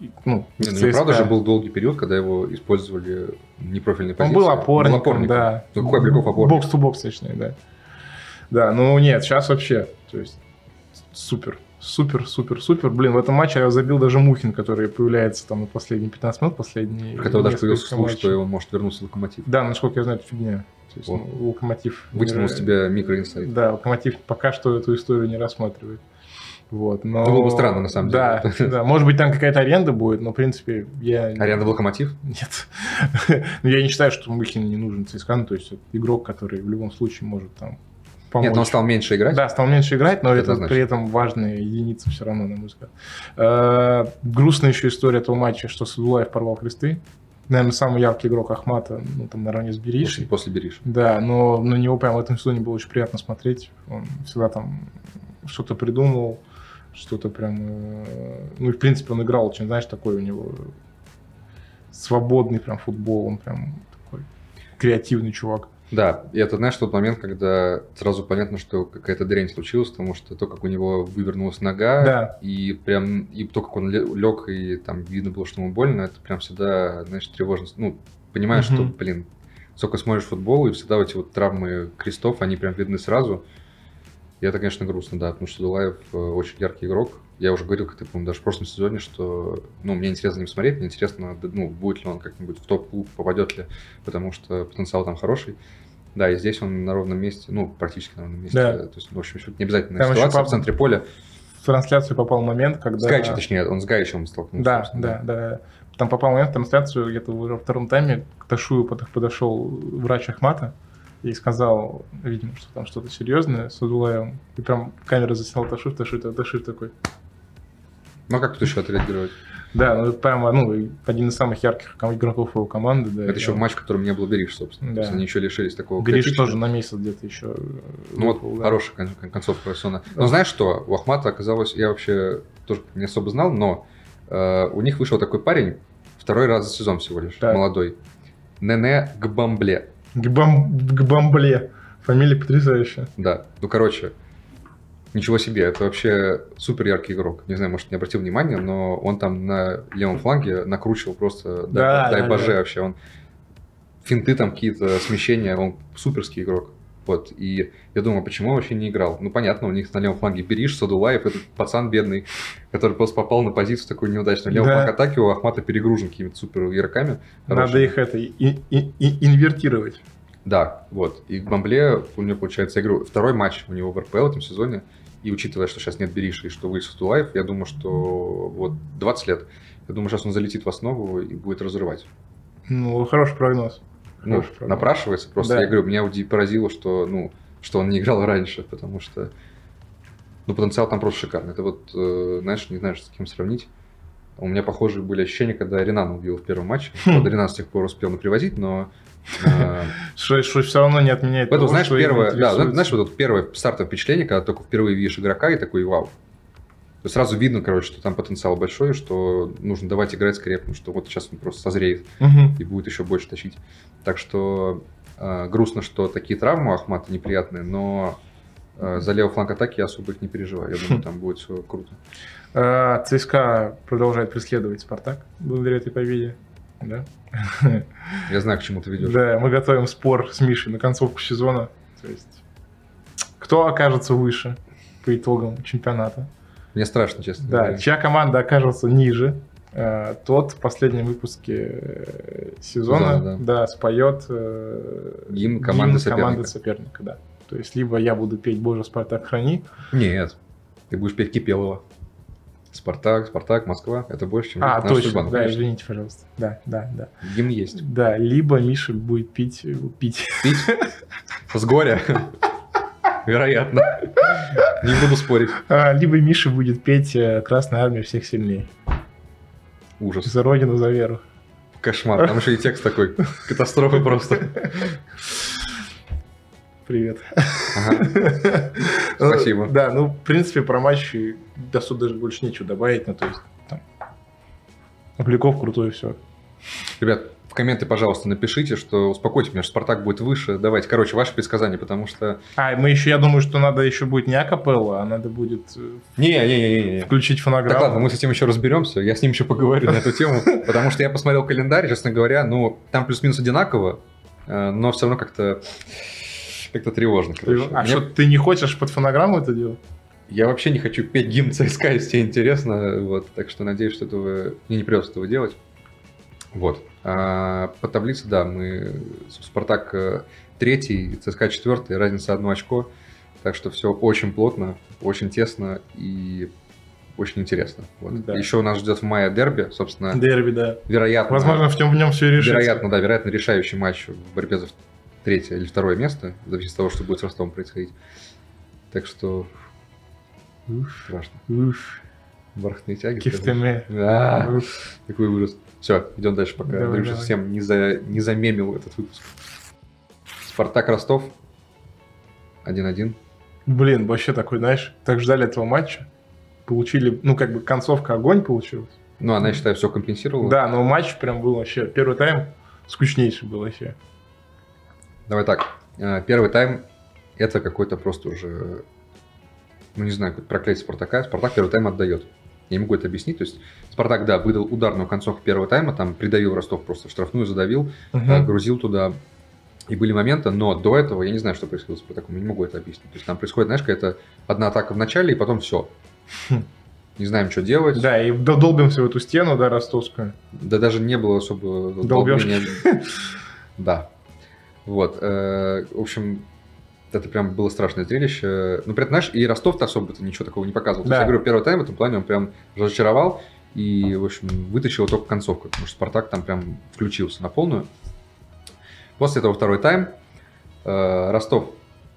Speaker 1: И, Ну, в
Speaker 2: Не, ну,
Speaker 1: ЦСКА.
Speaker 2: правда же был долгий период, когда его использовали в непрофильной
Speaker 1: Он
Speaker 2: позиции.
Speaker 1: был опорником, да.
Speaker 2: Ну, какой Обляков опорник?
Speaker 1: Бокс-ту-бокс, точнее, да. Да, ну нет, сейчас вообще, то есть, супер. Супер, супер, супер. Блин, в этом матче я забил даже Мухин, который появляется там на последние 15 минут, последние
Speaker 2: Хотя даже
Speaker 1: несколько
Speaker 2: появился слух,
Speaker 1: матчей.
Speaker 2: что он может вернуться в локомотив.
Speaker 1: Да, насколько я знаю, это фигня. То есть,
Speaker 2: О.
Speaker 1: ну, локомотив...
Speaker 2: Вытянул из
Speaker 1: не-
Speaker 2: тебя микроинсайт.
Speaker 1: Да, Локомотив пока что эту историю не рассматривает. Вот, но...
Speaker 2: Ну, было бы странно, на самом
Speaker 1: да,
Speaker 2: деле.
Speaker 1: Да, может быть, там какая-то аренда будет, но, в принципе, я...
Speaker 2: Аренда в локомотив?
Speaker 1: Нет. Но я не считаю, что Мухин не нужен ЦСКА, ну, то есть это игрок, который в любом случае может там помочь.
Speaker 2: Нет, но он стал меньше играть.
Speaker 1: Да, стал меньше играть, но
Speaker 2: Это
Speaker 1: это,
Speaker 2: значит.
Speaker 1: при этом важная единица все равно, на мой взгляд. Э, грустная еще история этого матча, что Садулаев порвал кресты. Наверное, самый яркий игрок Ахмата, ну, там, наравне с Беришей.
Speaker 2: После, после беришь.
Speaker 1: Да, но на него прям в этом сезоне было очень приятно смотреть. Он всегда там что-то придумывал, что-то прям... э, Ну и, в принципе, он играл очень, знаешь, такой у него свободный прям футбол, он прям такой креативный чувак.
Speaker 2: Да, и это, знаешь, тот момент, когда сразу понятно, что какая-то дрянь случилась, потому что то, как у него вывернулась нога,
Speaker 1: Да.
Speaker 2: и прям, и то, как он лег, и там видно было, что ему больно, это прям всегда, знаешь, тревожно. Ну, понимаешь, что,
Speaker 1: Мгм.
Speaker 2: блин, сколько смотришь футбол, и всегда эти вот травмы крестов, они прям видны сразу. И это, конечно, грустно, да, потому что Дулаев э, очень яркий игрок. Я уже говорил, как ты, по-моему, даже в прошлом сезоне, что, ну, мне интересно им смотреть, мне интересно, д- ну, будет ли он как-нибудь в топ-клуб, попадет ли, потому что потенциал там хороший. Да, и здесь он на ровном месте, ну, практически на ровном месте.
Speaker 1: Да.
Speaker 2: То есть, ну, в общем, не обязательно
Speaker 1: Там еще
Speaker 2: ситуация
Speaker 1: пап-
Speaker 2: в центре поля.
Speaker 1: В трансляцию попал момент, когда...
Speaker 2: С Гаичем, точнее, он с Гаичем столкнулся.
Speaker 1: Да,
Speaker 2: собственно.
Speaker 1: да, да. Там попал момент в трансляцию, где-то во втором тайме к Ташую под- подошел врач Ахмата и сказал, видимо, что там что-то серьезное с Адулаевым. И прям камера засняла Ташуев, Ташуев, Ташуев такой.
Speaker 2: Ну, а как тут еще отреагировать?
Speaker 1: Да, ну это прямо, ну, и один из самых ярких ком- игроков его команды. Да,
Speaker 2: Это
Speaker 1: и
Speaker 2: еще
Speaker 1: он-
Speaker 2: матч, в котором не было Бериш, собственно. То есть
Speaker 1: Да.
Speaker 2: они еще лишились такого...
Speaker 1: Гриш
Speaker 2: критичного.
Speaker 1: тоже на месяц где-то э, еще.
Speaker 2: Ну вот, хорошая кон- кон- концовка сезона. Но знаешь что, у Ахмата оказалось, я вообще тоже не особо знал, но э, у них вышел такой парень, второй раз за сезон всего лишь,
Speaker 1: Так.
Speaker 2: молодой. Нене Гбамбле,
Speaker 1: К, бам- к бамбле. Фамилия потрясающая.
Speaker 2: да. Ну, короче, ничего себе, это вообще супер яркий игрок. Не знаю, может, не обратил внимания, но он там на левом фланге накручивал просто,
Speaker 1: Да,
Speaker 2: да, дай
Speaker 1: да,
Speaker 2: боже
Speaker 1: да.
Speaker 2: вообще. Он финты там какие-то, смещения, он суперский игрок. Вот, и я думаю, почему он вообще не играл? Ну, понятно, у них на левом фланге Бериш, Садулаев, этот пацан бедный, который просто попал на позицию такую неудачную. Левый
Speaker 1: Да.
Speaker 2: фланг атаки у Ахмата перегружен какими-то супер игроками.
Speaker 1: Надо их это и- и- и- инвертировать.
Speaker 2: Да, вот. И Бамбле у него получается игру. Второй матч у него в РПЛ в этом сезоне. И учитывая, что сейчас нет Бериша и что вылез Тулаев, я думаю, что вот 20 лет, я думаю, сейчас он залетит в основу и будет разрывать.
Speaker 1: Ну, хороший прогноз.
Speaker 2: Ну,
Speaker 1: Хороший прогноз.
Speaker 2: напрашивается просто.
Speaker 1: Да.
Speaker 2: Я говорю, меня уди- поразило, что, ну, что он не играл раньше, потому что ну, потенциал там просто шикарный. Это вот, э, знаешь, не знаешь, с кем сравнить. У меня похожие были ощущения, когда Ренан убил в первом матче. Правда, Ренан с тех пор успел напривозить, но э,
Speaker 1: Что, все равно не отменяет
Speaker 2: Поэтому,
Speaker 1: того,
Speaker 2: знаешь,
Speaker 1: что им
Speaker 2: первое, да,
Speaker 1: интересуется.
Speaker 2: знаешь, вот это первое стартовое впечатление, когда только впервые видишь игрока и такой, вау. То есть сразу видно, короче, что там потенциал большой, что нужно давать играть скорее, потому что вот сейчас он просто созреет
Speaker 1: Мгм.
Speaker 2: и будет еще больше тащить. Так что э, грустно, что такие травмы у Ахмата неприятные, но э, за левый фланг атаки я особо их не переживаю. Я думаю, там будет все круто.
Speaker 1: А, ЦСКА продолжает преследовать Спартак благодаря этой победе. Да?
Speaker 2: Я знаю, к чему ты ведешь.
Speaker 1: Да, мы готовим спор с Мишей на концовку сезона. То есть, кто окажется выше по итогам чемпионата?
Speaker 2: Мне страшно, честно.
Speaker 1: Да,
Speaker 2: говоря.
Speaker 1: чья команда окажется ниже, э, тот в последнем выпуске э, сезона
Speaker 2: Сезона,
Speaker 1: да. споет э,
Speaker 2: Гимн команды
Speaker 1: гимн
Speaker 2: соперника.
Speaker 1: команды соперника, да. То есть, либо я буду петь «Боже, Спартак, храни»,
Speaker 2: Нет. Ты будешь петь Кипелова. Спартак, Спартак, Москва. Это больше, чем
Speaker 1: А,
Speaker 2: наш
Speaker 1: точно,
Speaker 2: Сбербанк,
Speaker 1: да,
Speaker 2: конечно.
Speaker 1: извините, пожалуйста. Да, да, да.
Speaker 2: Гимн есть.
Speaker 1: Да, либо Миша будет пить, э, пить.
Speaker 2: Пить с горя. Вероятно. Не буду спорить.
Speaker 1: А, либо Миша будет петь э, «Красная армия всех сильнее».
Speaker 2: Ужас.
Speaker 1: За родину, за веру.
Speaker 2: Кошмар. Там еще и текст такой. Катастрофа просто.
Speaker 1: Привет.
Speaker 2: Ага. Спасибо.
Speaker 1: Да, ну, в принципе, про матч и до суда даже больше нечего добавить. Ну, то есть, там, Обликов крутой, все.
Speaker 2: Ребят, в комменты, пожалуйста, напишите, что успокойте меня, что Спартак будет выше. Давайте, короче, ваши предсказания, потому что...
Speaker 1: А, и мы еще, я думаю, что надо еще будет не акапелла, а надо будет э,
Speaker 2: Не-не-не-не.
Speaker 1: включить
Speaker 2: Так, ладно,
Speaker 1: фонограмму.
Speaker 2: мы с этим еще разберемся, я с ним еще поговорю на эту тему, потому что я посмотрел календарь, честно говоря, ну, там плюс-минус одинаково, э, но все равно как-то как-то тревожно, короче.
Speaker 1: А
Speaker 2: Мне-
Speaker 1: что, ты не хочешь под фонограмму это делать?
Speaker 2: Я вообще не хочу петь гимн ЦСКА, если тебе интересно, вот, так что надеюсь, что этого... мне не придется этого делать. Вот. А, по таблице, да, мы... Спартак э, третий, ЦСКА четвертый, разница одно очко, так что все очень плотно, очень тесно и очень интересно. Вот.
Speaker 1: Да.
Speaker 2: Еще нас ждет в мае дерби, собственно,
Speaker 1: Дерби, да.
Speaker 2: вероятно...
Speaker 1: Возможно, в нем, в нем все решится.
Speaker 2: Вероятно, да, вероятно, решающий матч в борьбе за третье или второе место, в зависимости от того, что будет с Ростовом происходить. Так что
Speaker 1: Уф,
Speaker 2: страшно.
Speaker 1: уф, А.
Speaker 2: Бархатные тяги. скажем.
Speaker 1: кифтеме.
Speaker 2: Да,
Speaker 1: Уф.
Speaker 2: какой ужас. Все, идем дальше, пока
Speaker 1: Давай,
Speaker 2: Андрюша
Speaker 1: давай.
Speaker 2: совсем не, за, не замемил этот выпуск. Спартак Ростов. 1-1.
Speaker 1: Блин, вообще такой, знаешь, так ждали этого матча. Получили, ну, как бы концовка огонь получилась.
Speaker 2: Ну, она, я считаю, все компенсировала.
Speaker 1: Да, но матч прям был вообще, первый тайм скучнейший был вообще.
Speaker 2: Давай так. э, Первый тайм это какой-то просто уже, ну не знаю, какое-то проклятие Спартака. Спартак первый тайм отдает. Я не могу это объяснить. То есть Спартак, да, выдал ударную концовку первого тайма, там придавил Ростов просто в штрафную, задавил, э,
Speaker 1: Мгм.
Speaker 2: грузил туда. И были моменты, но до этого я не знаю, что происходило с Спартаком, я не могу это объяснить. То есть там происходит, знаешь, какая-то одна атака в начале, и потом все.
Speaker 1: Хм.
Speaker 2: Не знаем, что делать.
Speaker 1: Да, и додолбимся в эту стену, да, ростовскую.
Speaker 2: Да даже не было особо
Speaker 1: Долбёжки.
Speaker 2: долбления. Да. Вот. э, В общем, это прям было страшное зрелище. Ну, при этом, знаешь, и Ростов-то особо-то ничего такого не показывал. То есть,
Speaker 1: Да.
Speaker 2: я говорю, первый тайм в этом плане он прям разочаровал. И, в общем, вытащил только концовку, потому что Спартак там прям включился на полную. После этого второй тайм. э, Ростов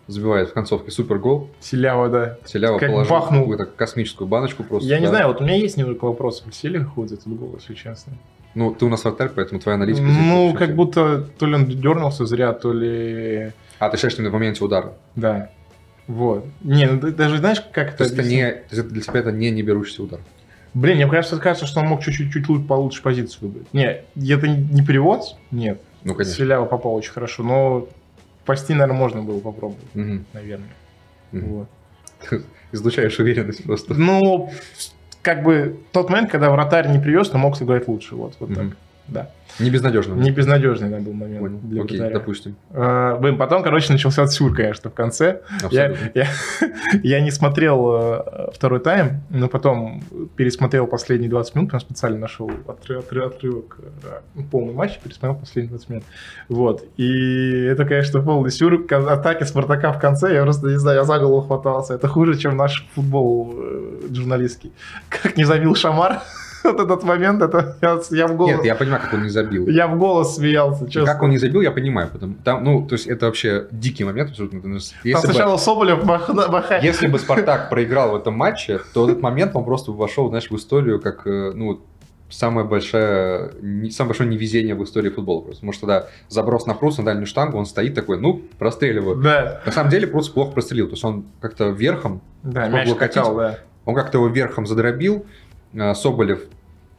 Speaker 2: забивает в концовке супергол.
Speaker 1: Селява, да.
Speaker 2: Селява
Speaker 1: Как
Speaker 2: положил
Speaker 1: бахнул.
Speaker 2: какую-то космическую баночку просто.
Speaker 1: Я не
Speaker 2: да.
Speaker 1: знаю, вот у меня есть немного вопросов. Селя ходит этот гол, если честно.
Speaker 2: Ну, ты у нас вратарь, поэтому твоя аналитика здесь
Speaker 1: Ну,
Speaker 2: вообще
Speaker 1: как
Speaker 2: вся.
Speaker 1: будто то ли он дернулся зря, то ли...
Speaker 2: А, ты считаешь, что на моменте удара?
Speaker 1: Да. Вот. Не, ну ты даже знаешь, как
Speaker 2: То
Speaker 1: это
Speaker 2: есть это
Speaker 1: объяснить?
Speaker 2: не, то есть это для тебя это не не берущийся удар.
Speaker 1: Блин, мне кажется, кажется, что он мог чуть-чуть чуть лучше, получше позицию выбрать. Не, это не перевод, нет.
Speaker 2: Ну,
Speaker 1: Конечно.
Speaker 2: конечно.
Speaker 1: попал очень хорошо, но пасти, наверное, можно было попробовать,
Speaker 2: Мгм.
Speaker 1: наверное.
Speaker 2: Мгм.
Speaker 1: Вот.
Speaker 2: Излучаешь уверенность просто.
Speaker 1: Ну, как бы тот момент, когда вратарь не привез, но мог сыграть лучше. Вот, вот
Speaker 2: Мгм.
Speaker 1: так. Да.
Speaker 2: Не безнадежно.
Speaker 1: Не безнадежный да, был момент
Speaker 2: Понял.
Speaker 1: для
Speaker 2: Окей,
Speaker 1: вратаря.
Speaker 2: допустим.
Speaker 1: А, блин, потом, короче, начался сюр, конечно, в конце. Я,
Speaker 2: Абсолютно.
Speaker 1: я, я не смотрел э, второй тайм, но потом пересмотрел последние 20 минут, прям специально нашел отры- отры- отрывок, э, ну, полный матч, пересмотрел последние 20 минут. Вот. И это, конечно, полный сюр. Ка- Атаки Спартака в конце, я просто, не знаю, я за голову хватался. Это хуже, чем наш футбол э, журналистский. Как не забил Шамар вот этот момент, это я, я в голос...
Speaker 2: Нет, я понимаю, как он не забил.
Speaker 1: Я в голос смеялся,
Speaker 2: И
Speaker 1: честно.
Speaker 2: Как он не забил, я понимаю. Потому, там, ну, то есть это вообще дикий момент абсолютно. Ну,
Speaker 1: Там
Speaker 2: Если бы,
Speaker 1: сначала Соболев махна- махает.
Speaker 2: если бы Спартак проиграл в этом матче, то этот момент он просто вошел, знаешь, в историю как, э, ну, самая большая, не- самое большое невезение в истории футбола. Просто. Потому что, да, заброс на Прус на дальнюю штангу, он стоит такой, ну, простреливаю.
Speaker 1: Да,
Speaker 2: На самом деле Прус плохо прострелил, то есть он как-то верхом,
Speaker 1: да,
Speaker 2: Смог
Speaker 1: мяч
Speaker 2: бы катить.
Speaker 1: катал, да.
Speaker 2: он как-то его верхом задробил, а, Соболев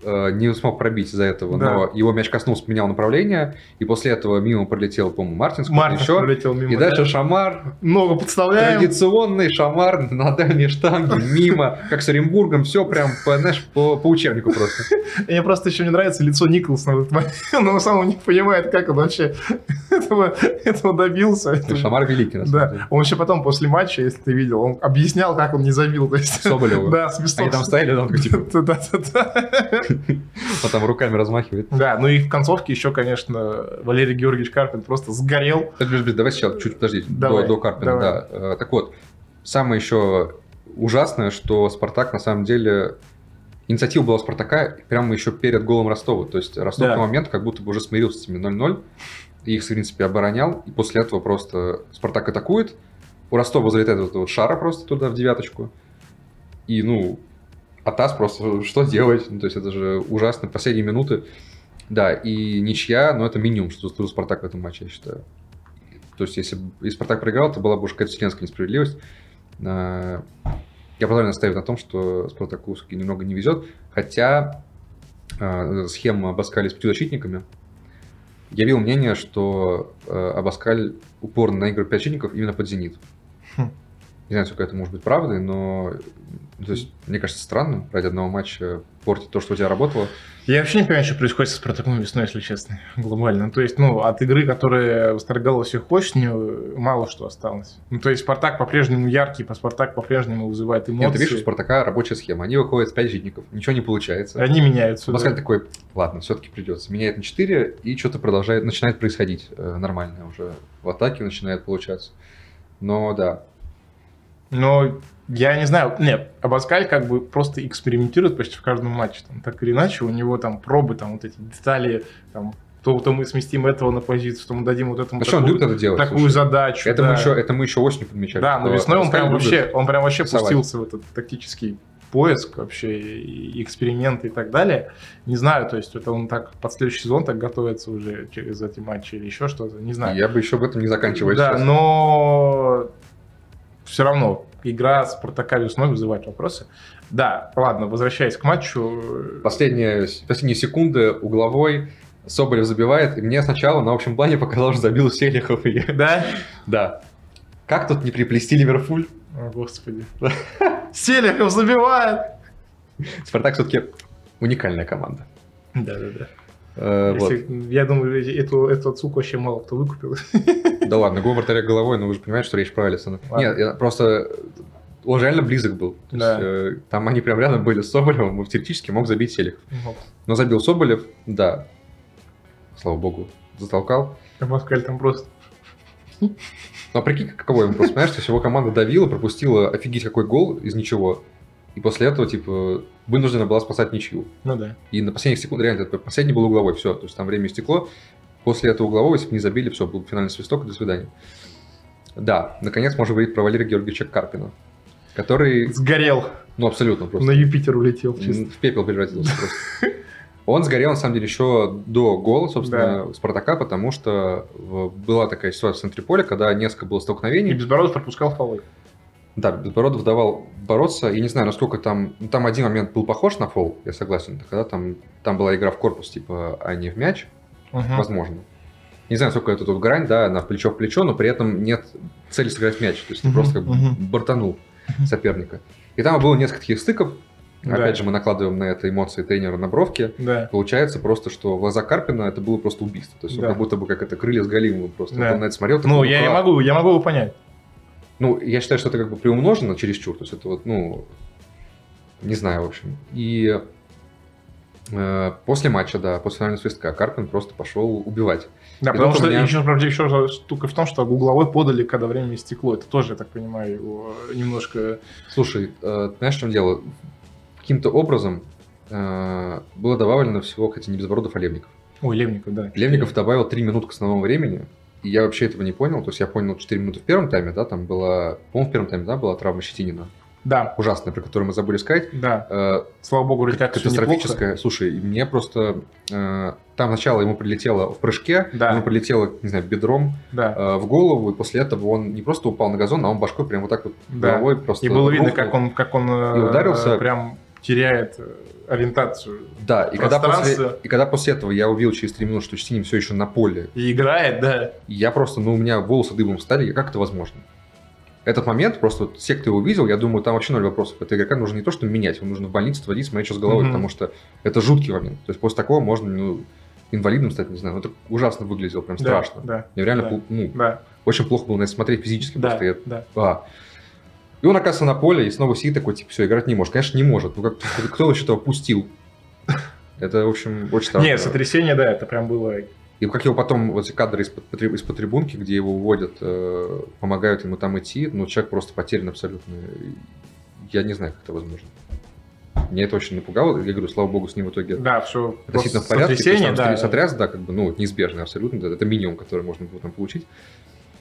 Speaker 2: э, не смог пробить из-за этого,
Speaker 1: Да.
Speaker 2: но его мяч коснулся, поменял направление, и после этого мимо пролетел, по-моему, Мартинс, кто-то
Speaker 1: Мартинс
Speaker 2: еще.
Speaker 1: пролетел мимо,
Speaker 2: и дальше
Speaker 1: да.
Speaker 2: Шамар,
Speaker 1: Ногу подставляем.
Speaker 2: традиционный Шамар на дальней штанге, мимо, как с Оренбургом, все прям, по, знаешь, по, по учебнику просто.
Speaker 1: Мне просто еще не нравится лицо Николсона в этот момент. Он сам не понимает, как он вообще этого, этого добился.
Speaker 2: И Шамар великий, на самом деле.
Speaker 1: Да, он вообще потом после матча, если ты видел, он объяснял, как он не забил. То есть,
Speaker 2: Соболеву.
Speaker 1: да, смешно.
Speaker 2: Они там стояли, да, он такой, типа,
Speaker 1: Да, да, да.
Speaker 2: потом руками размахивает.
Speaker 1: Да, ну и в концовке еще, конечно, Валерий Георгиевич Карпин просто сгорел.
Speaker 2: Подожди, подожди, давай сейчас чуть подожди, до,
Speaker 1: Давай,
Speaker 2: до Карпина,
Speaker 1: давай.
Speaker 2: да. Э, Так вот, самое еще ужасное, что Спартак на самом деле... Инициатива была у Спартака прямо еще перед голом Ростова. То есть Ростов
Speaker 1: Да.
Speaker 2: на момент как будто бы уже смирился с этими 0-0. И их, в принципе, оборонял. И после этого просто Спартак атакует. У Ростова залетает вот эта вот шара просто туда, в девяточку. И, ну, Атас просто что делать? Ну, то есть это же ужасно. Последние минуты. Да, и ничья, но это минимум, что заслужил Спартак в этом матче, я считаю. То есть, если бы и Спартак проиграл, то была бы уже какая-то вселенская несправедливость. А, Я правильно настаиваю на том, что Спартаку все-таки немного не везет. Хотя а, схема Абаскаля с пятью защитниками. Я видел мнение, что а, Абаскаль упорно наигрывает пять защитников именно под «Зенит».
Speaker 1: Хм.
Speaker 2: Не знаю, сколько это может быть правдой, но ну, то есть, мне кажется странным ради одного матча портить то, что у тебя работало.
Speaker 1: Я вообще не понимаю, что происходит со Спартаком весной, если честно, глобально. То есть, ну, от игры, которая восторгалась всех осенью, мало что осталось. Ну, то есть, Спартак по-прежнему яркий, по Спартак по-прежнему вызывает эмоции.
Speaker 2: Нет, ты видишь, у Спартака рабочая схема. Они выходят с 5 защитников, ничего не получается.
Speaker 1: Они меняются. да.
Speaker 2: Паскаль такой, ладно, все-таки придется. Меняет на 4, и что-то продолжает, начинает происходить э, нормально уже. В атаке начинает получаться. Но да,
Speaker 1: Но я не знаю, нет, Абаскаль как бы просто экспериментирует почти в каждом матче. Там, так или иначе, у него там пробы, там вот эти детали, там, то, то мы сместим этого на позицию, то мы дадим вот этому
Speaker 2: А что он любит это делать?
Speaker 1: такую
Speaker 2: слушай?
Speaker 1: задачу.
Speaker 2: это,
Speaker 1: да.
Speaker 2: мы еще, это мы еще осенью подмечали.
Speaker 1: Да, но
Speaker 2: что
Speaker 1: весной он
Speaker 2: Паскаль
Speaker 1: прям
Speaker 2: любит.
Speaker 1: вообще, он прям вообще
Speaker 2: рисовать.
Speaker 1: пустился в этот тактический поиск вообще, и эксперименты и так далее. Не знаю, то есть это он так под следующий сезон так готовится уже через эти матчи или еще что-то, не знаю.
Speaker 2: Я бы еще об этом не заканчивал.
Speaker 1: Да, ну.
Speaker 2: сейчас.
Speaker 1: но все равно игра Спартака весной вызывает вопросы. Да, ладно, возвращаясь к матчу.
Speaker 2: Последние, последние секунды угловой Соболев забивает, и мне сначала на общем плане показалось, что забил Селихов. И... я-
Speaker 1: Да?
Speaker 2: Да. Как тут не приплести Ливерпуль?
Speaker 1: О, господи. Селихов забивает!
Speaker 2: Спартак все-таки уникальная команда.
Speaker 1: Да, да, да.
Speaker 2: Э, вот.
Speaker 1: Я думаю, эти- эту, эту отсылку вообще мало кто выкупил.
Speaker 2: Да ладно, гол вратаря головой, но вы же понимаете, что речь про Алисона.
Speaker 1: Ладно.
Speaker 2: Нет, я просто он реально близок был. То
Speaker 1: Да.
Speaker 2: есть, э, там они прям рядом были с Соболевым, и теоретически мог забить Селихов. Но забил Соболев, да. Слава богу, затолкал.
Speaker 1: Москаль там просто
Speaker 2: Но а прикинь, каково ему просто, понимаешь, то есть его команда давила, пропустила офигеть какой гол из ничего. И после этого, типа, вынуждена была спасать ничью.
Speaker 1: Ну да.
Speaker 2: И на последних секунд, реально, это последний был угловой, все, то есть там время истекло. После этого углового, если бы не забили, все, был финальный свисток, и до свидания. Да, наконец можно говорить про Валерия Георгиевича Карпина, который,
Speaker 1: Сгорел.
Speaker 2: ну, абсолютно
Speaker 1: На
Speaker 2: просто
Speaker 1: Юпитер улетел Ну, чисто.
Speaker 2: м, в пепел превратился просто. Он сгорел, на самом деле, еще до гола, собственно, Спартака, потому что в- была такая ситуация в центре поля, когда несколько было
Speaker 1: И
Speaker 2: столкновений,
Speaker 1: Безбородов пропускал фолы.
Speaker 2: да, Безбородов давал бороться. Я не знаю, насколько там... ну, Там один момент был похож на фол, я согласен. это Когда там, там была игра в корпус, типа, а не в мяч. Возможно. Не знаю, сколько это тут грань, да, она в плечо в плечо, но при этом нет цели сыграть в мяч. То есть ты
Speaker 1: Мгм,
Speaker 2: просто как бы
Speaker 1: мгм.
Speaker 2: бортанул
Speaker 1: Мгм.
Speaker 2: соперника. И там было несколько таких стыков.
Speaker 1: Да.
Speaker 2: Опять же, мы накладываем на это эмоции тренера на бровки.
Speaker 1: Да.
Speaker 2: Получается просто, что в глаза Карпина это было просто убийство. То есть он
Speaker 1: Да.
Speaker 2: как будто бы как это крылья с Галимовым просто. Вот
Speaker 1: Да.
Speaker 2: Он на это смотрел.
Speaker 1: Ну,
Speaker 2: такой,
Speaker 1: я не
Speaker 2: как?
Speaker 1: могу, я могу его понять.
Speaker 2: Ну, я считаю, что это как бы приумножено чересчур. То есть это вот, ну, не знаю, в общем. И э, после матча, да, после финального свистка Карпин просто пошел убивать.
Speaker 1: Да,
Speaker 2: И
Speaker 1: потому
Speaker 2: тут у
Speaker 1: что
Speaker 2: меня-
Speaker 1: еще, правда, еще раз штука в том, что угловой подали, когда время истекло. Это тоже, я так понимаю, его немножко...
Speaker 2: Слушай, э, знаешь, в чем дело? Каким-то образом э, было добавлено всего, кстати, не Безбородов, а Левников.
Speaker 1: Ой, Левников, да.
Speaker 2: Левников добавил 3 минуты к основному времени, и я вообще этого не понял. То есть я понял 4 минуты в первом тайме, да, там была... По-моему, в первом тайме, да, была травма Щетинина.
Speaker 1: Да,
Speaker 2: Ужасная, про которую мы забыли сказать.
Speaker 1: да.
Speaker 2: Э,
Speaker 1: Слава богу, результат всё неплохо.
Speaker 2: катастрофическая. Слушай, и мне просто э, там сначала ему прилетело в прыжке,
Speaker 1: Да.
Speaker 2: ему прилетело, не знаю, бедром
Speaker 1: Да.
Speaker 2: э, в голову, и после этого он не просто упал на газон, а он башкой прям вот так вот
Speaker 1: Да.
Speaker 2: головой просто.
Speaker 1: И было видно,
Speaker 2: рухнул.
Speaker 1: как он, как он
Speaker 2: И
Speaker 1: э,
Speaker 2: ударился.
Speaker 1: прям теряет э, ориентацию
Speaker 2: Да, и когда, после,
Speaker 1: Пространство.
Speaker 2: и когда после этого я увидел через 3 минуты, что Синим все еще на поле,
Speaker 1: и играет, да.
Speaker 2: я просто, ну, у меня волосы дыбом встали, я, как это возможно? Этот момент, просто вот все, кто его видел, я думаю, там вообще ноль вопросов. Это игрока нужно не то, что менять, его нужно в больницу отводить, смотреть, что с головой,
Speaker 1: Мгм.
Speaker 2: потому что это жуткий момент. То есть после такого можно, ну, инвалидом стать, не знаю, но это ужасно выглядело, прям
Speaker 1: Да,
Speaker 2: страшно.
Speaker 1: Да,
Speaker 2: Мне реально,
Speaker 1: Да.
Speaker 2: пл- ну,
Speaker 1: да,
Speaker 2: очень плохо было на это смотреть физически,
Speaker 1: да,
Speaker 2: просто я
Speaker 1: да.
Speaker 2: а. И он оказывается на поле, и снова сидит такой, типа, все, играть не может. Конечно, не может. Ну, как, кто вообще этого пустил? Это, в общем, очень страшно.
Speaker 1: Нет, сотрясение, да, это прям было...
Speaker 2: И как его потом, вот эти кадры из-под потри- из-под трибунки, где его уводят, э, помогают ему там идти, ну, человек просто потерян абсолютно. И Я не знаю, как это возможно. Меня это очень напугало. Я говорю, слава богу, с ним в итоге
Speaker 1: Да, все просто
Speaker 2: относительно в порядке. То есть,
Speaker 1: сотрясение,
Speaker 2: там, что
Speaker 1: да.
Speaker 2: не сотряс, да, как бы, ну, неизбежно абсолютно. да, Это минимум, который можно было там получить.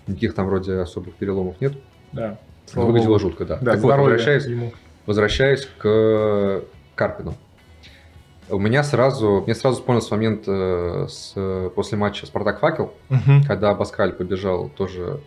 Speaker 2: Никаких там вроде особых переломов нет.
Speaker 1: да.
Speaker 2: Но
Speaker 1: Слава
Speaker 2: Выглядело
Speaker 1: богу.
Speaker 2: жутко, да.
Speaker 1: Да,
Speaker 2: так вот,
Speaker 1: здоровья
Speaker 2: возвращаясь,
Speaker 1: ему.
Speaker 2: возвращаясь к Карпину. У меня сразу, мне сразу вспомнился момент э, с, после матча «Спартак-Факел»,
Speaker 1: Мгм.
Speaker 2: когда Баскаль побежал тоже,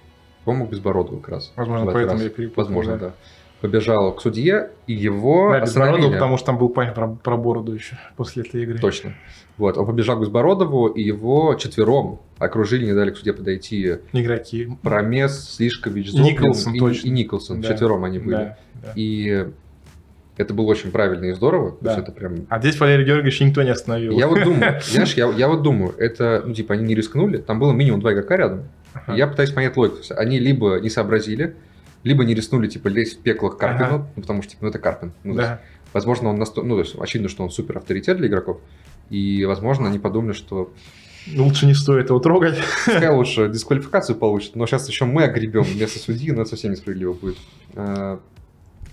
Speaker 2: по-моему, к Безбородову как раз.
Speaker 1: Возможно,
Speaker 2: в этот
Speaker 1: А, поэтому
Speaker 2: раз.
Speaker 1: я перепутал.
Speaker 2: Возможно,
Speaker 1: да. Ну,
Speaker 2: да. Побежал к судье, и его
Speaker 1: Да, без бороду,
Speaker 2: остановили.
Speaker 1: потому что там был парень про, про бороду еще после этой игры.
Speaker 2: Точно. Вот, он побежал к Безбородову, и его четвером окружили, не дали к судье подойти
Speaker 1: Игроки.
Speaker 2: Промес, Слишкович,
Speaker 1: И
Speaker 2: Зобнин
Speaker 1: Николсон,
Speaker 2: и,
Speaker 1: точно.
Speaker 2: и Николсон.
Speaker 1: Да.
Speaker 2: Четвером они были.
Speaker 1: Да, да.
Speaker 2: И это было очень правильно и здорово. То
Speaker 1: Да.
Speaker 2: есть это прям
Speaker 1: А здесь Валерий Георгиевич никто не остановил.
Speaker 2: Я вот думаю, знаешь, я, я вот думаю, это, ну, типа, они не рискнули, там было минимум два игрока рядом.
Speaker 1: Ага.
Speaker 2: Я пытаюсь понять логику. То есть Они либо не сообразили, либо не рискнули, типа, лезть в пекло к Карпину, ну, потому что, типа, ну, это Карпин. Ну, то есть,
Speaker 1: Да.
Speaker 2: возможно, он настолько, ну, то есть, очевидно, что он супер авторитет для игроков, и, возможно, они подумали, что
Speaker 1: Лучше не стоит его трогать.
Speaker 2: пускай лучше дисквалификацию получит, но сейчас еще мы огребем вместо судьи, но это совсем несправедливо будет. А,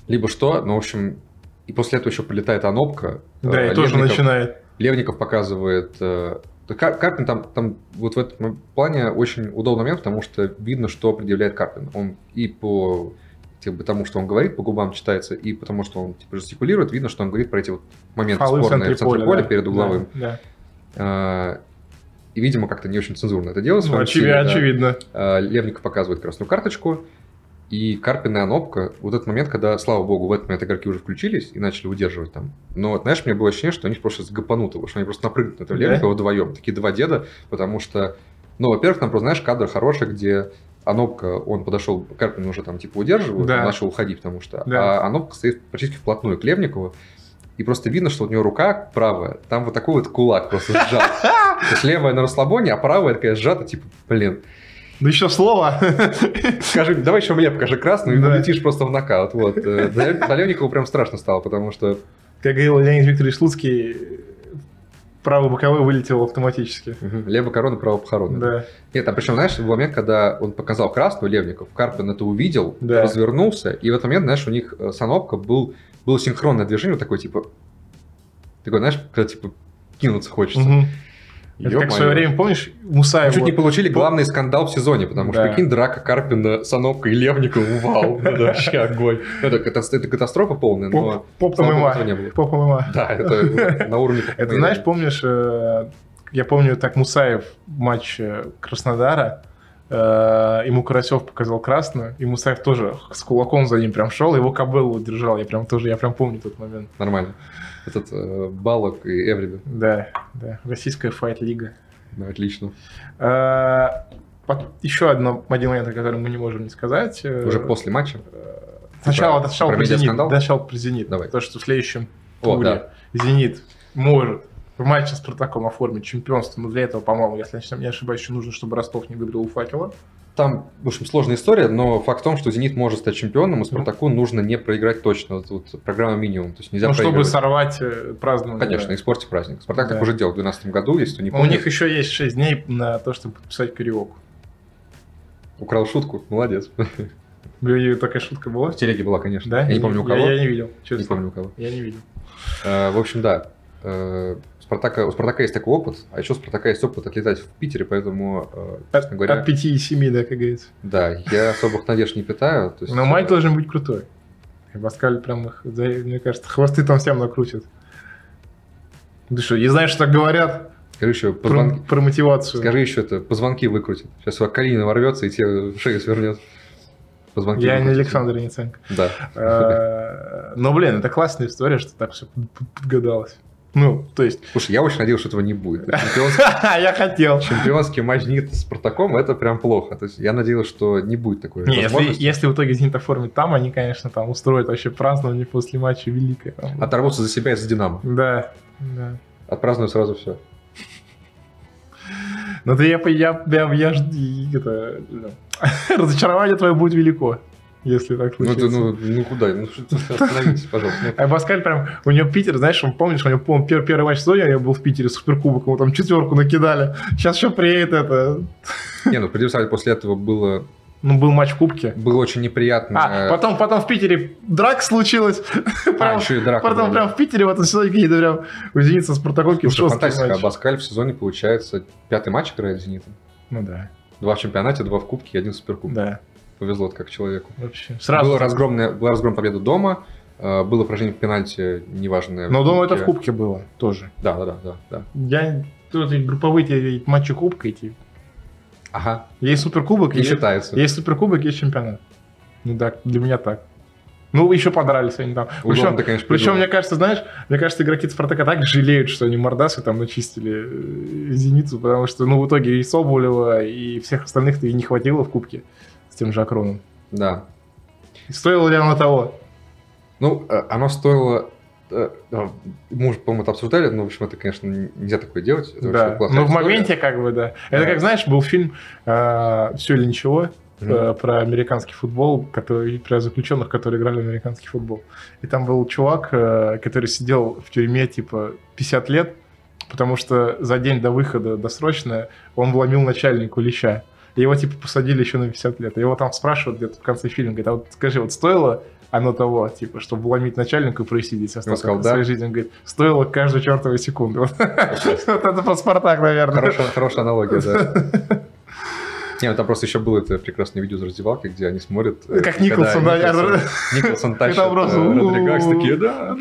Speaker 2: Либо что, ну, в общем, и после этого еще прилетает Анопка.
Speaker 1: Да,
Speaker 2: а,
Speaker 1: и тоже
Speaker 2: Левников-
Speaker 1: начинает.
Speaker 2: Левников показывает... э, да Кар- Карпин там, там вот в этом м- плане очень удобный момент, потому что видно, что предъявляет Карпин. Он и по типа, тому, что он говорит, по губам читается, и потому, что он типа, жестикулирует, видно, что он говорит про эти вот моменты
Speaker 1: Фолы в
Speaker 2: спорные
Speaker 1: центре
Speaker 2: в центре
Speaker 1: поля,
Speaker 2: поля
Speaker 1: да.
Speaker 2: перед угловым.
Speaker 1: Да, да.
Speaker 2: А, И, видимо, как-то не очень цензурно это дело. в
Speaker 1: Ну,
Speaker 2: своем
Speaker 1: очевид-
Speaker 2: стиле, да.
Speaker 1: очевидно.
Speaker 2: А, Левников показывает красную карточку, и Карпин и Анопка, вот этот момент, когда, слава богу, в этот момент игроки уже включились и начали удерживать там. Но, вот, знаешь, мне было ощущение, что они просто сгопанут его, что они просто напрыгнут на этого
Speaker 1: Да?
Speaker 2: Левникова вдвоем, такие два деда, потому что, ну, во-первых, там просто, знаешь, кадр хороший, где Анопка, он подошел, Карпин уже там типа удерживает,
Speaker 1: Да.
Speaker 2: он начал уходить, потому что,
Speaker 1: Да.
Speaker 2: а Анопка стоит практически вплотную к Левникову, и просто видно, что у него рука правая, там вот такой вот кулак просто сжат. То есть левая на расслабоне, а правая такая сжата, типа, блин,
Speaker 1: Да еще слово.
Speaker 2: Скажи, давай еще мне покажи красную, и
Speaker 1: Да.
Speaker 2: улетишь просто в нокаут. Вот. Э, За за Левникова прям страшно стало, потому что
Speaker 1: Как говорил Леонид Викторович Луцкий, правый боковой вылетел автоматически.
Speaker 2: мгм, левая корона, правая похорона.
Speaker 1: Да.
Speaker 2: Нет, а причем, знаешь, в момент, когда он показал красную Левников, Карпин это увидел,
Speaker 1: Да.
Speaker 2: развернулся, и в этот момент, знаешь, у них э, с Анопко был, было синхронное движение, вот такое, типа, такое, знаешь, когда, типа, кинуться хочется.
Speaker 1: Мгм. Это как
Speaker 2: Ё-моё.
Speaker 1: в свое время, помнишь,
Speaker 2: Мы
Speaker 1: Мусаев...
Speaker 2: чуть не
Speaker 1: вот-
Speaker 2: получили главный скандал в сезоне, потому что
Speaker 1: Да.
Speaker 2: прикинь, драка Карпина с Анопкой и Левниковым, вау, это вообще огонь. Ну, Это катас- это катастрофа полная, но...
Speaker 1: Поп, поп
Speaker 2: слава богу,
Speaker 1: ММА.
Speaker 2: этого не было.
Speaker 1: Поп ММА.
Speaker 2: Да, это на уровне... как
Speaker 1: Это
Speaker 2: мы-
Speaker 1: знаешь, помнишь, э, я помню, так Мусаев матч э, Краснодара, э, ему Карасев показал красную, и Мусаев тоже с кулаком за ним прям шел, его кобылу держал, я прям тоже, я прям помню тот момент.
Speaker 2: Нормально. Этот э, Балок и Эвриден.
Speaker 1: Да, да, российская файт-лига.
Speaker 2: Ну, отлично.
Speaker 1: Э, пот- Еще одно, один момент, о котором мы не можем не сказать. э,
Speaker 2: Уже после матча.
Speaker 1: э, Сначала,
Speaker 2: Про-
Speaker 1: сначала
Speaker 2: типа, про
Speaker 1: про «Зенит»,
Speaker 2: медиаскандал?
Speaker 1: сначала про «Зенит»,
Speaker 2: Давай.
Speaker 1: то, что в следующем
Speaker 2: О,
Speaker 1: туре
Speaker 2: да.
Speaker 1: Зенит может в матче с Спартаком оформить чемпионство, но для этого, по-моему, если я не ошибаюсь, еще нужно, чтобы Ростов не выиграл у факела.
Speaker 2: Там, в общем, сложная история, но факт в том, что «Зенит» может стать чемпионом, и «Спартаку» нужно не проиграть точно. Вот, вот программа минимум. То есть нельзя
Speaker 1: Ну, чтобы
Speaker 2: проигрывать. Ну,
Speaker 1: сорвать э, празднование.
Speaker 2: Конечно, испортить праздник. «Спартак» так
Speaker 1: Да.
Speaker 2: уже делал в 2012 году, если кто не
Speaker 1: да. У
Speaker 2: помнит.
Speaker 1: них еще есть 6 дней на то, чтобы подписать кариоку.
Speaker 2: Украл шутку. Молодец.
Speaker 1: Блин, Такая шутка была?
Speaker 2: В телеге была, конечно.
Speaker 1: Да?
Speaker 2: Я не помню, у
Speaker 1: Я-
Speaker 2: кого.
Speaker 1: Я, не видел,
Speaker 2: Не
Speaker 1: честно.
Speaker 2: помню, у кого.
Speaker 1: Я не видел.
Speaker 2: Э, В общем, да. Э, у «Спартака», у Спартака есть такой опыт, а еще у Спартака есть опыт отлетать в Питере, поэтому, э,
Speaker 1: От,
Speaker 2: честно говоря,
Speaker 1: от 5 и 7, да, как говорится.
Speaker 2: да, я особых надежд не питаю. то есть,
Speaker 1: Но матч
Speaker 2: э,
Speaker 1: должен быть крутой. И Паскаль прям их, за- мне кажется, хвосты там всем накрутит. Ты что, не знаешь, что так говорят?
Speaker 2: Скажи еще,
Speaker 1: Про,
Speaker 2: позвонки.
Speaker 1: про мотивацию.
Speaker 2: Скажи еще это, позвонки выкрутит. Сейчас у Калинина ворвется и тебе шею свернет. Позвонки
Speaker 1: Я
Speaker 2: не
Speaker 1: не
Speaker 2: хотите.
Speaker 1: Александр Яниценко.
Speaker 2: Да.
Speaker 1: Э, Но, блин, это классная история, что так все подгадалось. Ну, то есть...
Speaker 2: Слушай, я очень надеялся, что этого не будет. Чемпионский,
Speaker 1: Я хотел.
Speaker 2: чемпионский матч Зенита с Спартаком – это прям плохо. То есть я надеялся, что не будет такой
Speaker 1: Не, если,
Speaker 2: возможности.
Speaker 1: если в итоге Зенит оформит там, они, конечно, там устроят вообще празднование после матча великое. там.
Speaker 2: Оторвутся за себя и за Динамо.
Speaker 1: Да, да.
Speaker 2: Отпраздную сразу все.
Speaker 1: Ну, ты я, по- я, я, я жду, и это, ну, разочарование твое будет велико, если так
Speaker 2: Ну,
Speaker 1: случится.
Speaker 2: ты, ну, ну куда? Ну, что ты остановись, пожалуйста. Ну,
Speaker 1: А Паскаль прям, у него Питер, знаешь, он помнишь, у него пом- пер- первый матч сезона, я был в Питере, суперкубок, ему там четверку накидали. Сейчас еще приедет это.
Speaker 2: Не, ну, придется сказать, после этого было,
Speaker 1: Ну, был матч в Кубке.
Speaker 2: было очень неприятно.
Speaker 1: А, потом, потом в Питере драка случилась.
Speaker 2: Э. А,
Speaker 1: Прям,
Speaker 2: еще и драка
Speaker 1: потом
Speaker 2: была.
Speaker 1: прям в Питере в этом сезоне какие-то прям у Зенита с Спартаком какие-то
Speaker 2: Слушай,
Speaker 1: жесткие
Speaker 2: фантастика.
Speaker 1: матчи.
Speaker 2: Абаскаль в сезоне, получается, пятый матч играет с «Зенитом».
Speaker 1: Ну да,
Speaker 2: Два в чемпионате, два в кубке и один в суперкубке.
Speaker 1: да,
Speaker 2: Повезло как человеку.
Speaker 1: вообще. Сразу.
Speaker 2: Было разгромное, была разгромная победа дома, э, было поражение в пенальти, неважное.
Speaker 1: Но дома это в Кубке было тоже.
Speaker 2: Да, да, да, да, да.
Speaker 1: Я тут и групповые те матчи Кубка эти.
Speaker 2: Ага,
Speaker 1: Есть суперкубок,
Speaker 2: не
Speaker 1: есть,
Speaker 2: считается.
Speaker 1: есть суперкубок, есть чемпионат. Ну да, для меня так. Ну, еще подрались они там.
Speaker 2: Удобно,
Speaker 1: Причем,
Speaker 2: ты, конечно,
Speaker 1: Причем,
Speaker 2: придумал.
Speaker 1: мне кажется, знаешь, мне кажется, игроки Спартака так жалеют, что они Мордасы там начистили э, Зеницу, потому что, ну, в итоге и Соболева, и всех остальных-то и не хватило в кубке с тем же Акроном.
Speaker 2: Да.
Speaker 1: И стоило ли оно того?
Speaker 2: Ну, э, оно стоило... э, э, Мы уже, по-моему, это обсуждали, но, в общем, это, конечно, н- нельзя такое делать. Это
Speaker 1: да.
Speaker 2: очень плохая
Speaker 1: Ну, в
Speaker 2: история.
Speaker 1: моменте как бы, да. Это,
Speaker 2: Да.
Speaker 1: как, знаешь, был фильм «Все или ничего»,
Speaker 2: Мгм.
Speaker 1: э, про американский футбол, который, про заключенных, которые играли в американский футбол. И там был чувак, э, который сидел в тюрьме, типа, 50 лет, потому что за день до выхода досрочно он вломил начальнику леща. И его, типа, посадили еще на 50 лет. И его там спрашивают где-то в конце фильма, говорит, а вот скажи, вот стоило оно того, типа, чтобы вломить начальника и просидеть остаток
Speaker 2: сказал, да.
Speaker 1: своей жизни? Он говорит, стоило каждую чертовую секунду. Вот это про Спартак, наверное.
Speaker 2: Хорошая, хорошая аналогия, да. Нет, там просто еще было это прекрасное видео из раздевалки, где они смотрят... э,
Speaker 1: Как
Speaker 2: когда
Speaker 1: Николсон, да, я-
Speaker 2: Николсон, Николсон
Speaker 1: И
Speaker 2: тащит
Speaker 1: там просто,
Speaker 2: э, Родригас,
Speaker 1: «У-у-у».
Speaker 2: такие, да.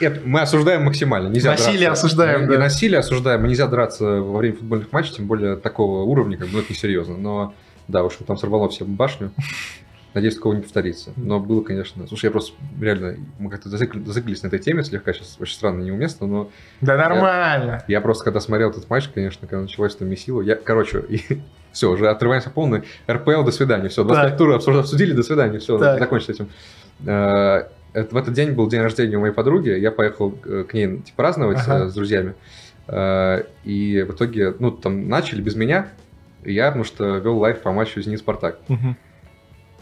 Speaker 2: Нет, мы осуждаем максимально, нельзя
Speaker 1: Насилие
Speaker 2: драться.
Speaker 1: осуждаем,
Speaker 2: Мы
Speaker 1: да.
Speaker 2: И насилие осуждаем, и нельзя драться во время футбольных матчей, тем более такого уровня, как бы, ну, это несерьезно. Но, да, в общем, там сорвало всем башню. Надеюсь, такого не повторится. Но было, конечно... Слушай, я просто реально... Мы как-то зацикли- зациклились на этой теме слегка, сейчас очень странно, неуместно, но
Speaker 1: Да нормально.
Speaker 2: я просто когда смотрел этот матч, конечно, когда началось там месило, я, короче, все, уже отрываемся полный. РПЛ, до свидания, все, 25
Speaker 1: Так.
Speaker 2: туры обсуж- обсудили, до свидания, все,
Speaker 1: Так.
Speaker 2: закончить этим. Э, это- В этот день был день рождения у моей подруги, я поехал э, к ней типа праздновать
Speaker 1: Ага.
Speaker 2: э, с друзьями. Э, И в итоге, ну, там начали без меня, и я, потому что вел лайф по матчу «Зенит-Спартак».
Speaker 1: Мгм.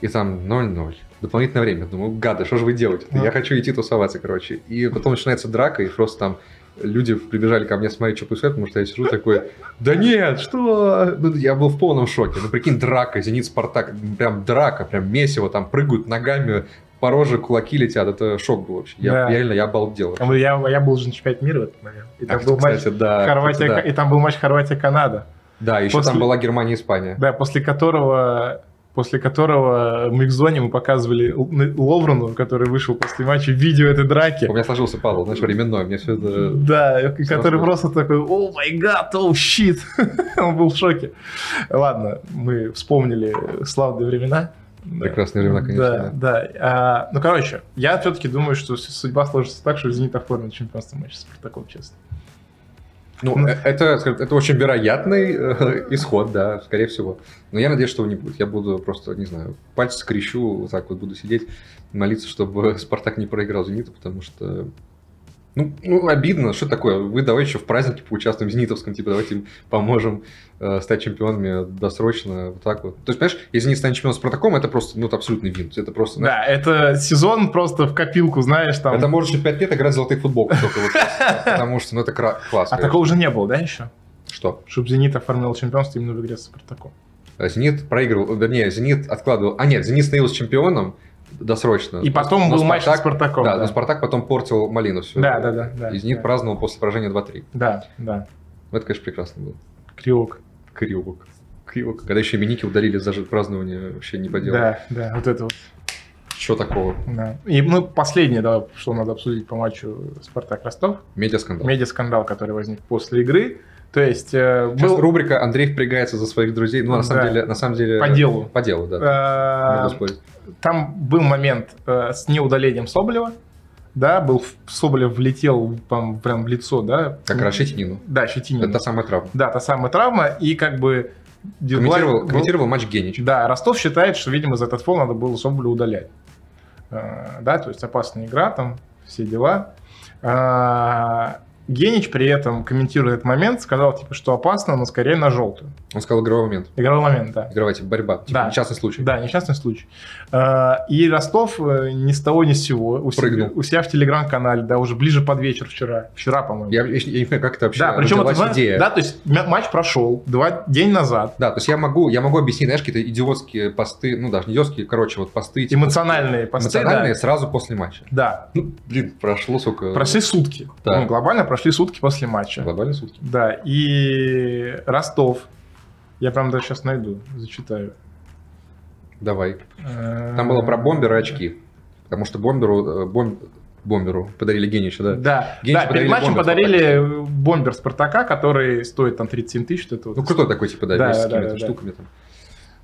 Speaker 2: И там 0-0. Дополнительное время. Думаю, гады, что же вы делаете?
Speaker 1: Ну.
Speaker 2: Я хочу идти тусоваться, короче. И потом начинается драка, и просто там люди прибежали ко мне смотреть, что происходит, потому что я сижу такой, да нет, что? Ну, я был в полном шоке. Ну, прикинь, драка, Зенит, Спартак, прям драка, прям месиво, там прыгают ногами, по роже кулаки летят. Это шок был вообще. Я,
Speaker 1: Да.
Speaker 2: я реально, я обалдел.
Speaker 1: А мы- Я, я был же на чемпионате мира в этот момент. И там
Speaker 2: Ах,
Speaker 1: был матч
Speaker 2: кстати, да,
Speaker 1: Хорватия,
Speaker 2: кстати,
Speaker 1: и там был матч Хорватия-Канада,
Speaker 2: да. да, еще
Speaker 1: после-
Speaker 2: там была Германия, Испания.
Speaker 1: да, после которого после которого мы в зоне мы показывали Л- Н- Ловрену, который вышел после матча, видео этой драки.
Speaker 2: У меня сложился пазл, знаешь, временной. Мне все это...
Speaker 1: Да, и который
Speaker 2: Сразу.
Speaker 1: просто такой, «Oh о май гад, о щит. Он был в шоке. Ладно, мы вспомнили славные времена. Да.
Speaker 2: Прекрасные времена, конечно,
Speaker 1: Да, да. А, ну, короче, я все-таки думаю, что с- судьба сложится так, что «Зенит» оформит чемпионство матча с «Спартаком», честно.
Speaker 2: Ну,
Speaker 1: Ну.
Speaker 2: э, это, скажем, это очень вероятный э, исход, да, скорее всего. Но я надеюсь, что его не будет. Я буду просто, не знаю, пальцы скрещу, вот так вот буду сидеть, молиться, чтобы Спартак не проиграл Зениту, потому что... Ну, ну, обидно, что такое? Вы давай еще в празднике поучаствуем в Зенитовском, типа давайте им поможем э, стать чемпионами досрочно, вот так вот. То есть, понимаешь, если Зенит станет чемпионом Спартаком, это просто, ну, это абсолютный винт. Это просто, знаешь,
Speaker 1: Да, это сезон просто в копилку, знаешь, там. А
Speaker 2: это может еще 5 лет играть в золотых футболках только вот, просто, потому что, ну, это кра- класс.
Speaker 1: А
Speaker 2: конечно.
Speaker 1: такого уже не было, да, еще?
Speaker 2: Что?
Speaker 1: Чтобы «Зенит» оформил чемпионство именно в игре с «Спартаком».
Speaker 2: Зенит проигрывал, вернее, Зенит откладывал. А нет, Зенит становился чемпионом досрочно.
Speaker 1: И потом
Speaker 2: Но
Speaker 1: был матч с
Speaker 2: Ну, Спартак-
Speaker 1: «Спартаком».
Speaker 2: Да,
Speaker 1: Да,
Speaker 2: но Спартак потом портил малину всю.
Speaker 1: Да, да, да, да,
Speaker 2: и Зенит
Speaker 1: да.
Speaker 2: праздновал после поражения 2-3.
Speaker 1: да, да.
Speaker 2: Ну, это, конечно, прекрасно было.
Speaker 1: Кривок.
Speaker 2: Кривок. Кривок. Когда еще именики удалили за же празднование, вообще не по делу.
Speaker 1: Да, да, вот это вот.
Speaker 2: Что такого?
Speaker 1: Да. И ну, последнее, да, что надо обсудить по матчу Спартак Ростов.
Speaker 2: Медиаскандал.
Speaker 1: Медиаскандал, который возник после игры. То есть э,
Speaker 2: Сейчас
Speaker 1: был
Speaker 2: рубрика «Андрей впрягается за своих друзей». Ну, на самом
Speaker 1: Да.
Speaker 2: деле... На самом деле
Speaker 1: по делу.
Speaker 2: По делу, да.
Speaker 1: Э,
Speaker 2: Могу спорить.
Speaker 1: Там был момент э, с неудалением Соболева. Да, был в- Соболев влетел там прям в лицо, да.
Speaker 2: Как Рашитинину.
Speaker 1: Да, Щетинин.
Speaker 2: Это та самая травма.
Speaker 1: Да, та самая травма. И как бы... Дизлайн
Speaker 2: Комментировал,
Speaker 1: был-
Speaker 2: комментировал матч Генич.
Speaker 1: Да, Ростов считает, что, видимо, за этот фол надо было Соболя удалять. Э, Да, то есть опасная игра, там все дела. А, Генич при этом, комментируя этот момент, сказал, типа, что опасно, но скорее на желтую.
Speaker 2: Он сказал игровой момент.
Speaker 1: Игровой момент, да.
Speaker 2: Игровая типа, борьба. Типа,
Speaker 1: Да.
Speaker 2: Несчастный случай.
Speaker 1: Да, несчастный случай. А, И Ростов э, ни с того ни с сего у себя,
Speaker 2: Прыгнул.
Speaker 1: у себя в телеграм-канале, да, уже ближе под вечер вчера. Вчера, по-моему.
Speaker 2: Я, я не понимаю, как это вообще
Speaker 1: да, причем это,
Speaker 2: родилась
Speaker 1: знаешь,
Speaker 2: идея.
Speaker 1: да, то есть мя- матч прошел два день назад.
Speaker 2: Да, то есть я могу, я могу объяснить, знаешь, какие-то идиотские посты, ну даже не идиотские, короче, вот посты типа,
Speaker 1: Эмоциональные посты, да.
Speaker 2: эмоциональные сразу после матча.
Speaker 1: Да,
Speaker 2: Ну, блин, прошло сколько?
Speaker 1: прошли сутки.
Speaker 2: Да.
Speaker 1: Ну, глобально прошли сутки после матча.
Speaker 2: Глобальные сутки.
Speaker 1: Да, и Ростов. Я прям даже сейчас найду, зачитаю.
Speaker 2: Давай.
Speaker 1: Там
Speaker 2: Там было про бомбера и очки. Потому что бомберу, э, бом- бомберу подарили Генича, да?
Speaker 1: Да,
Speaker 2: Генчу
Speaker 1: да перед
Speaker 2: подарили
Speaker 1: матчем
Speaker 2: бомбер
Speaker 1: подарили бомбер Спартака, который стоит там 37 тысяч. вот это вот.
Speaker 2: Ну, крутой такой, типа, да,
Speaker 1: Да,
Speaker 2: весь с
Speaker 1: да,
Speaker 2: какими-то
Speaker 1: да, да.
Speaker 2: штуками там.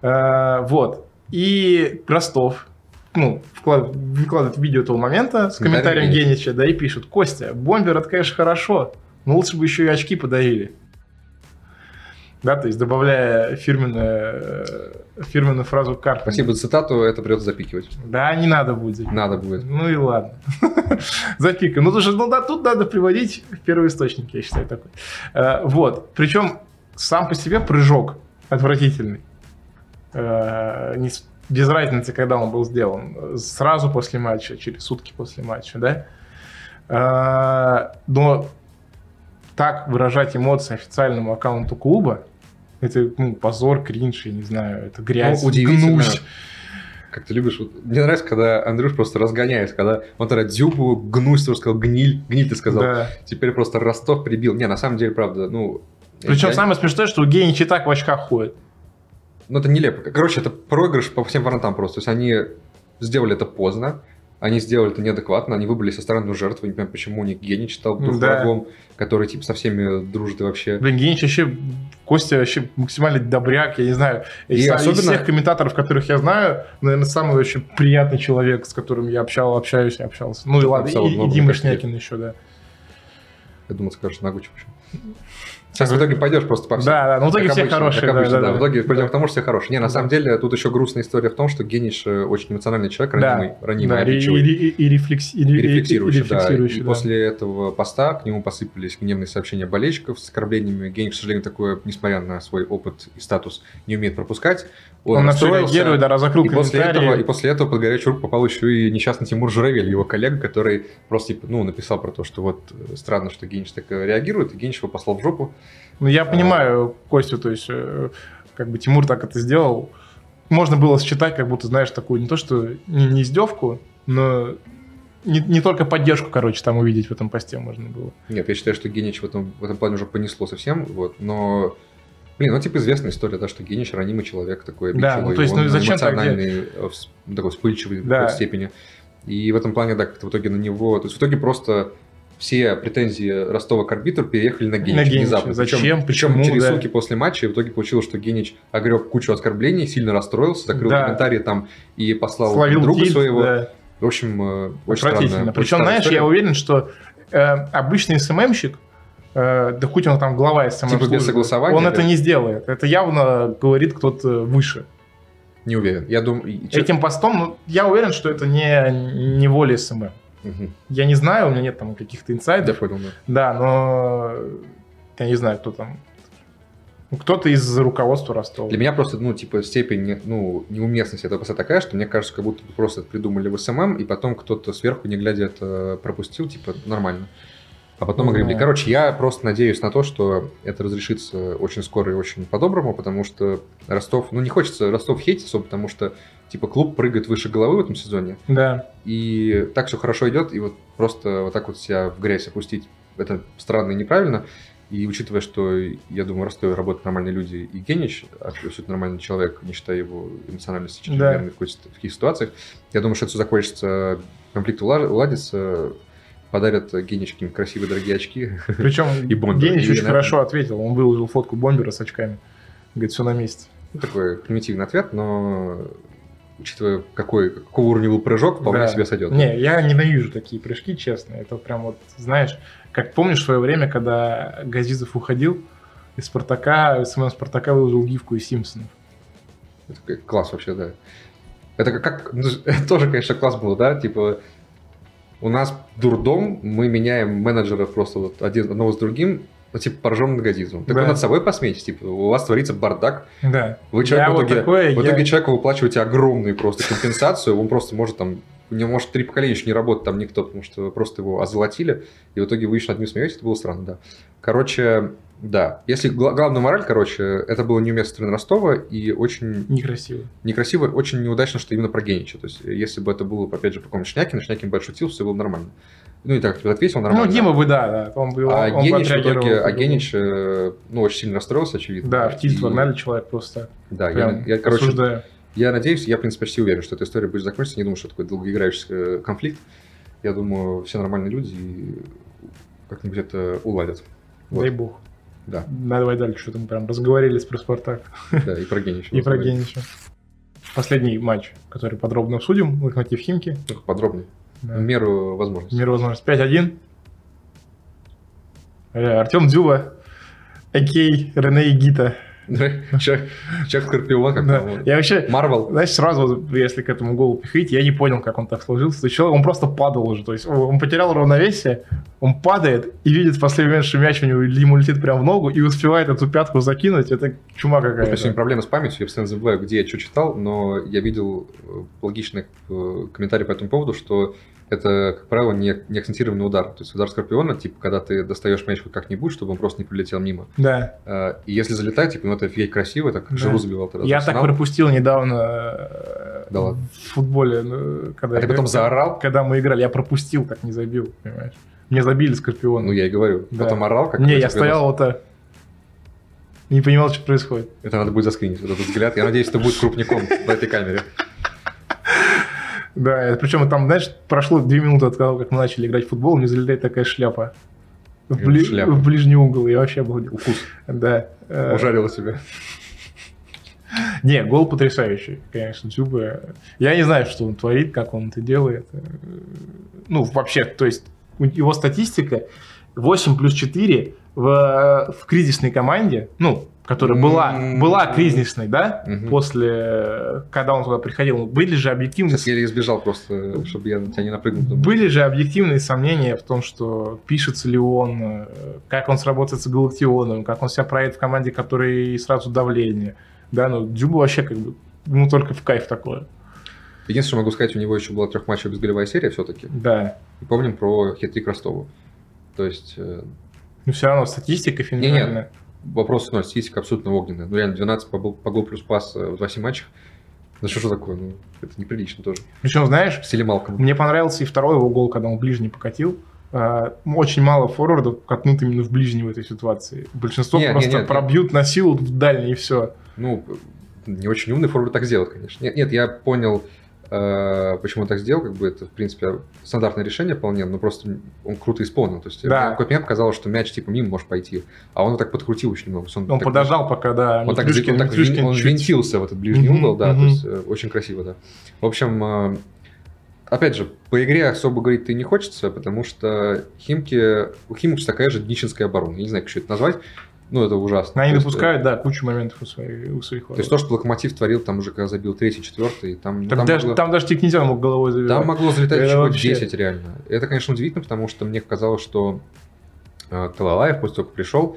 Speaker 1: Э, Вот. И Ростов ну, вклад- выкладывает видео этого момента с
Speaker 2: Комментарий
Speaker 1: комментарием Генича, да, и пишут, Костя, бомбер, это, конечно, хорошо, но лучше бы еще и очки подарили. Да, то есть добавляя фирменную, э, фирменную фразу карты.
Speaker 2: Спасибо за цитату, это придется запикивать.
Speaker 1: Да, не надо будет.
Speaker 2: Надо будет.
Speaker 1: Ну и ладно. Запикаем. Ну, тут же, ну да, тут надо приводить в первый источник, я считаю, такой. Э, вот. Причем сам по себе прыжок отвратительный. Э, не с- без разницы, когда он был сделан. Сразу после матча, через сутки после матча, да? Э, но так выражать эмоции официальному аккаунту клуба, это ну, позор, кринж, я не знаю, это грязь,
Speaker 2: Ну, удивительно.
Speaker 1: гнусь.
Speaker 2: Как ты любишь. вот- Мне нравится, когда Андрюш просто разгоняет, когда он тогда дзюбу, гнусь, ты сказал, гниль, гниль ты сказал.
Speaker 1: Да.
Speaker 2: Теперь просто Ростов прибил. Не, на самом деле, правда, ну...
Speaker 1: Причем
Speaker 2: я-
Speaker 1: самое смешное, что у Генича и так в очках ходит.
Speaker 2: Ну, это нелепо. Короче, это проигрыш по всем фронтам просто. То есть они сделали это поздно, они сделали это неадекватно, они выбрали со стороны жертвы, не понимаю, почему у них Генич стал вдруг
Speaker 1: Да.
Speaker 2: врагом, который, типа, со всеми дружит и вообще.
Speaker 1: Блин, Генич вообще, Костя вообще максимально добряк, я не знаю.
Speaker 2: И
Speaker 1: из, из
Speaker 2: особенно-
Speaker 1: всех комментаторов, которых я знаю, наверное, самый вообще приятный человек, с которым я общал, общаюсь и общался. Ну и ладно,
Speaker 2: Написал
Speaker 1: и,
Speaker 2: много,
Speaker 1: и Дима
Speaker 2: мне кажется,
Speaker 1: Шнякин еще, да.
Speaker 2: Я думал, скажешь, Нагучу почему. Сейчас в итоге пойдешь просто по всем.
Speaker 1: Да, да, ну в итоге
Speaker 2: Как
Speaker 1: все
Speaker 2: обычно,
Speaker 1: хорошие.
Speaker 2: как
Speaker 1: да,
Speaker 2: обычно,
Speaker 1: да,
Speaker 2: да. В
Speaker 1: да.
Speaker 2: итоге придем к тому, что все хорошие. Не, на самом деле, тут еще грустная история в том, что Генич э, очень эмоциональный человек,
Speaker 1: Да.
Speaker 2: ранимый, ранимый,
Speaker 1: Да, и,
Speaker 2: обидчивый.
Speaker 1: и- и- и рефлекс- и- и- и- и- и-
Speaker 2: И рефлексирующий, да.
Speaker 1: рефлексирующий,
Speaker 2: И
Speaker 1: да.
Speaker 2: после этого поста к нему посыпались гневные сообщения болельщиков с оскорблениями. Генич, к сожалению, такое, несмотря на свой опыт и статус, не умеет пропускать.
Speaker 1: Он на все
Speaker 2: расстроился.
Speaker 1: реагирует, да, разокрыл
Speaker 2: И после, этого, и
Speaker 1: комментарии.
Speaker 2: после этого под горячую руку попал еще и несчастный Тимур Журавель, его коллега, который просто типа, ну, написал про то, что вот э, странно, что Генич так э, реагирует, и Генич его послал в жопу.
Speaker 1: Ну, я понимаю Костю, то есть, э, как бы Тимур так это сделал. Можно было считать, как будто, знаешь, такую не то, что не, не издевку, но не, не только поддержку, короче, там увидеть в этом посте можно было.
Speaker 2: Нет, я считаю, что Генич в этом, в этом плане уже понесло совсем, вот, но... Блин, ну, типа, известная история, да, что Генич ранимый человек такой,
Speaker 1: Да, ну,
Speaker 2: обидчивый,
Speaker 1: то есть, ну,
Speaker 2: он
Speaker 1: зачем так
Speaker 2: эмоциональный, э, вс- ну, такой вспыльчивый в
Speaker 1: Да.
Speaker 2: какой-то степени. И в этом плане, да, как-то в итоге на него... То есть, в итоге просто все претензии Ростова к арбитру переехали на Генича
Speaker 1: На Генича.
Speaker 2: внезапно.
Speaker 1: Зачем?
Speaker 2: Причем, причем
Speaker 1: Почему?
Speaker 2: через
Speaker 1: Да.
Speaker 2: сутки после матча, и в итоге получилось, что Генич огреб кучу оскорблений, сильно расстроился, закрыл
Speaker 1: Да.
Speaker 2: комментарии там и послал
Speaker 1: Словил
Speaker 2: друга
Speaker 1: тильт,
Speaker 2: своего.
Speaker 1: да,
Speaker 2: В общем, э, очень
Speaker 1: отвратительно.
Speaker 2: странная- Типа
Speaker 1: Причем,
Speaker 2: очень
Speaker 1: знаешь,
Speaker 2: странная
Speaker 1: я уверен, что э, обычный СММщик, э, да хоть он там глава СММ
Speaker 2: Типа без
Speaker 1: службы,
Speaker 2: согласования,
Speaker 1: он
Speaker 2: да?
Speaker 1: это не сделает. Это явно говорит кто-то выше.
Speaker 2: история. Не уверен. Я думаю... и-
Speaker 1: Этим постом, ну, я уверен, что это не, не воля СММ.
Speaker 2: Мгм.
Speaker 1: Я не знаю, у меня нет там каких-то
Speaker 2: Я
Speaker 1: инсайдов,
Speaker 2: понял, да.
Speaker 1: Да, но э, я не знаю, кто там. Ну, Кто-то из руководства Ростова.
Speaker 2: Для меня просто, ну, типа, степень, ну, неуместности этого поста такая, что мне кажется, как будто просто это придумали в СММ, и потом кто-то сверху, не глядя, это пропустил, типа, нормально. А потом
Speaker 1: Ну,
Speaker 2: огребли.
Speaker 1: да.
Speaker 2: Короче, я просто надеюсь на то, что это разрешится очень скоро и очень по-доброму, потому что Ростов... Ну, не хочется Ростов хейтить особо, потому что, типа, клуб прыгает выше головы в этом сезоне,
Speaker 1: Да.
Speaker 2: и так все хорошо идет, и вот просто вот так вот себя в грязь опустить, это странно и неправильно. И учитывая, что, я думаю, в Ростове работают нормальные люди, и Генич а абсолютно нормальный человек, не считая его эмоциональности чрезмерной в, какой- в каких ситуациях, я думаю, что это все закончится, конфликт ула- уладится, подарят Генечке красивые дорогие очки.
Speaker 1: Причем
Speaker 2: И бомбер.
Speaker 1: Генич
Speaker 2: И
Speaker 1: очень
Speaker 2: на-
Speaker 1: хорошо ответил. Он выложил фотку бомбера с очками. Говорит, все на месте.
Speaker 2: Ну, такой примитивный ответ, но учитывая, какой, какого уровня был прыжок, вполне
Speaker 1: Да.
Speaker 2: себе сойдет.
Speaker 1: Не, я ненавижу такие прыжки, честно. Это прям вот, знаешь, как помнишь в свое время, когда Газизов уходил из Спартака, СММ Спартака выложил гифку из Симпсонов.
Speaker 2: Это как- класс вообще, да. Это как- как... ну, тоже, конечно, класс был, да? Типа, у нас дурдом, мы меняем менеджеров просто вот один, одного с другим, ну, типа, поржем над газизмом. Так
Speaker 1: Да.
Speaker 2: вы над собой посмейтесь, типа, у вас творится бардак,
Speaker 1: Да.
Speaker 2: Вы
Speaker 1: Я
Speaker 2: человеку
Speaker 1: вот
Speaker 2: в итоге,
Speaker 1: такое,
Speaker 2: в
Speaker 1: я-
Speaker 2: итоге человеку выплачиваете огромную просто компенсацию, он просто может там, у него может три поколения еще не работать там никто, потому что вы просто его озолотили, и в итоге вы еще над ним смеетесь, это было странно, да. Короче, да. Если гла- главная мораль, короче, это было неуместно со стороны Ростова, и очень
Speaker 1: Некрасиво.
Speaker 2: некрасиво, очень неудачно, что именно про Генича. То есть, если бы это было, опять же, по какому-нибудь Шнякину, Шнякин бы отшутил, все было нормально. Ну и так, ответил нормально.
Speaker 1: Ну, Дима бы, да, да. Он бы,
Speaker 2: а
Speaker 1: он бы
Speaker 2: Генич, в
Speaker 1: отреагировал
Speaker 2: итоге, а
Speaker 1: по-другому.
Speaker 2: Генич, э, ну, очень сильно расстроился, очевидно.
Speaker 1: Да, в Тильс
Speaker 2: И-
Speaker 1: Варнале человек просто
Speaker 2: Да, я,
Speaker 1: прям
Speaker 2: я, короче,
Speaker 1: осуждаю.
Speaker 2: Я надеюсь, я, в принципе, почти уверен, что эта история будет закончиться. Не думаю, что это такой долгоиграющий э, конфликт. Я думаю, все нормальные люди и как-нибудь это уладят. Вот.
Speaker 1: Дай бог.
Speaker 2: Да.
Speaker 1: Да, давай дальше, что-то мы прям разговорились про Спартак.
Speaker 2: Да, и про гений еще
Speaker 1: И про
Speaker 2: поговорим.
Speaker 1: Генича. Последний матч, который подробно обсудим, Локомотив Химки.
Speaker 2: Ну, Подробнее. В
Speaker 1: Да.
Speaker 2: меру возможностей.
Speaker 1: Мир возможность 5-1. Артем Э, Дзюба, Окей, Рене Гита.
Speaker 2: Человек человек Скорпион, как
Speaker 1: Да.
Speaker 2: там,
Speaker 1: Я вообще,
Speaker 2: Марвел.
Speaker 1: знаешь, сразу, вот, если к этому голу приходить, я не понял, как он так сложился. То есть человек, он просто падал уже. То есть он потерял равновесие, он падает и видит в последний момент, что мяч у него ему летит прямо в ногу и успевает эту пятку закинуть. Это чума
Speaker 2: Просто
Speaker 1: какая-то.
Speaker 2: сегодня проблема с памятью, я постоянно забываю, где я что читал, но я видел э, логичный э, комментарий по этому поводу, что это, как правило, не, не акцентированный удар. То есть удар скорпиона, типа, когда ты достаешь мяч хоть как-нибудь, чтобы он просто не прилетел мимо.
Speaker 1: Да.
Speaker 2: Э, И если залетает, типа, ну это офигеть красиво, так
Speaker 1: Да.
Speaker 2: Жиру забивал тогда. за
Speaker 1: Я так
Speaker 2: Арсенал.
Speaker 1: пропустил недавно э,
Speaker 2: Да ладно.
Speaker 1: в футболе, ну, когда,
Speaker 2: А ты
Speaker 1: игра-
Speaker 2: потом заорал?
Speaker 1: когда мы играли, я пропустил, так не забил, понимаешь? Мне забили скорпион.
Speaker 2: Ну я и говорю.
Speaker 1: Да.
Speaker 2: Потом орал, как...
Speaker 1: не,
Speaker 2: это
Speaker 1: я
Speaker 2: тебе
Speaker 1: стоял вот так. Не понимал, что происходит.
Speaker 2: раз- Это надо будет заскринить, вот этот взгляд. Я надеюсь, это будет крупником в этой камере.
Speaker 1: Да, причем там, знаешь, прошло две минуты от того, как мы начали играть в футбол, мне залетает такая шляпа. В,
Speaker 2: Прям
Speaker 1: бли-
Speaker 2: шляпа.
Speaker 1: в ближний угол, я вообще обалдел.
Speaker 2: Укус
Speaker 1: Да. Э,
Speaker 2: ужарил тебя.
Speaker 1: Не, гол потрясающий, конечно, Дзюба. Я не знаю, что он творит, как он это делает. Э, Ну, вообще, то есть у его статистика 8 плюс 4 в, в кризисной команде, ну, которая была,
Speaker 2: М.
Speaker 1: была кризисной, да,
Speaker 2: Мгм.
Speaker 1: после, э, когда он туда приходил, были же объективные,
Speaker 2: Сейчас еле избежал просто, э, чтобы я на тебя не напрыгнул. потому что-
Speaker 1: были же объективные сомнения в том, что пишется ли он, э, как он сработает с Галактионом, как он себя проявит в команде, которой сразу давление. Да, ну, Дзюба вообще как бы, ну, только в кайф такое.
Speaker 2: Единственное, что могу сказать, у него еще была трехматчевая безголевая серия все-таки.
Speaker 1: Да.
Speaker 2: И помним про хитрик Ростова. То есть э,
Speaker 1: Но все Ну, равно статистика феноменальная.
Speaker 2: вопрос ноль, статистика абсолютно огненная. Ну реально, 12 по гол- по гол плюс пас э, в 8 матчах. Ну что ж такое? Ну, это неприлично тоже.
Speaker 1: Причем, знаешь,
Speaker 2: В стиле Малкома.
Speaker 1: мне понравился и второй его гол, когда он в ближний покатил. А, Очень мало форвардов катнут именно в ближний в этой ситуации. Большинство
Speaker 2: Не, не,
Speaker 1: просто
Speaker 2: не,
Speaker 1: пробьют на силу в дальний и все.
Speaker 2: Ну, не очень умный форвард так сделать, конечно. Нет, нет, я понял, э, почему он так сделал, как бы это, в принципе, стандартное решение вполне, но просто он круто исполнил. То есть,
Speaker 1: Да.
Speaker 2: мне в какой-то момент казалось, что мяч, типа, мимо может пойти, а он вот так подкрутил очень много. То есть
Speaker 1: Он
Speaker 2: так-
Speaker 1: подождал, пока, да,
Speaker 2: Он так,
Speaker 1: Митрюшкин-
Speaker 2: он так
Speaker 1: Митрюшкин
Speaker 2: вин- он
Speaker 1: чуть-
Speaker 2: винтился в этот ближний
Speaker 1: Мгм,
Speaker 2: угол, да,
Speaker 1: мгм.
Speaker 2: то есть э, очень красиво, да. В общем, э, опять же, по игре особо говорить-то и не хочется, потому что Химки, у Химки такая же днищенская оборона, я не знаю, как еще это назвать, ну это ужасно.
Speaker 1: Они
Speaker 2: То есть, э,
Speaker 1: допускают, да, кучу моментов у своих, у своих
Speaker 2: то есть
Speaker 1: ворот.
Speaker 2: то, что Локомотив творил, там уже когда забил третий, четвертый, там, ну,
Speaker 1: Там,
Speaker 2: там
Speaker 1: даже,
Speaker 2: могло,
Speaker 1: там даже Тикнезян мог головой забивать.
Speaker 2: там могло залетать
Speaker 1: Это
Speaker 2: еще хоть
Speaker 1: вообще-
Speaker 2: 10 реально. Это, конечно, удивительно, потому что мне казалось, что э, Талалаев после того, как пришел,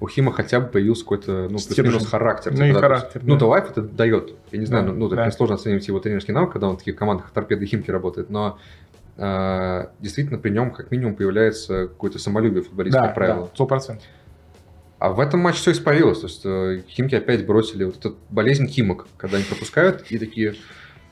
Speaker 2: у Хима хотя бы появился какой-то, ну,
Speaker 1: Стержень.
Speaker 2: плюс-минус характер.
Speaker 1: Ну
Speaker 2: типа,
Speaker 1: и
Speaker 2: да, то есть,
Speaker 1: характер,
Speaker 2: Ну,
Speaker 1: да.
Speaker 2: Талалаев это дает. Я не знаю,
Speaker 1: Да,
Speaker 2: ну, ну, так
Speaker 1: да.
Speaker 2: мне сложно оценивать его тренерский навык, когда он в таких командах торпеды и Химки работает, но э, действительно при нем как минимум появляется какое-то самолюбие футболиста,
Speaker 1: да,
Speaker 2: как правило.
Speaker 1: да, 100%.
Speaker 2: А в этом матче все испарилось. То есть э, Химки опять бросили вот эту болезнь Химок, когда они пропускают и такие,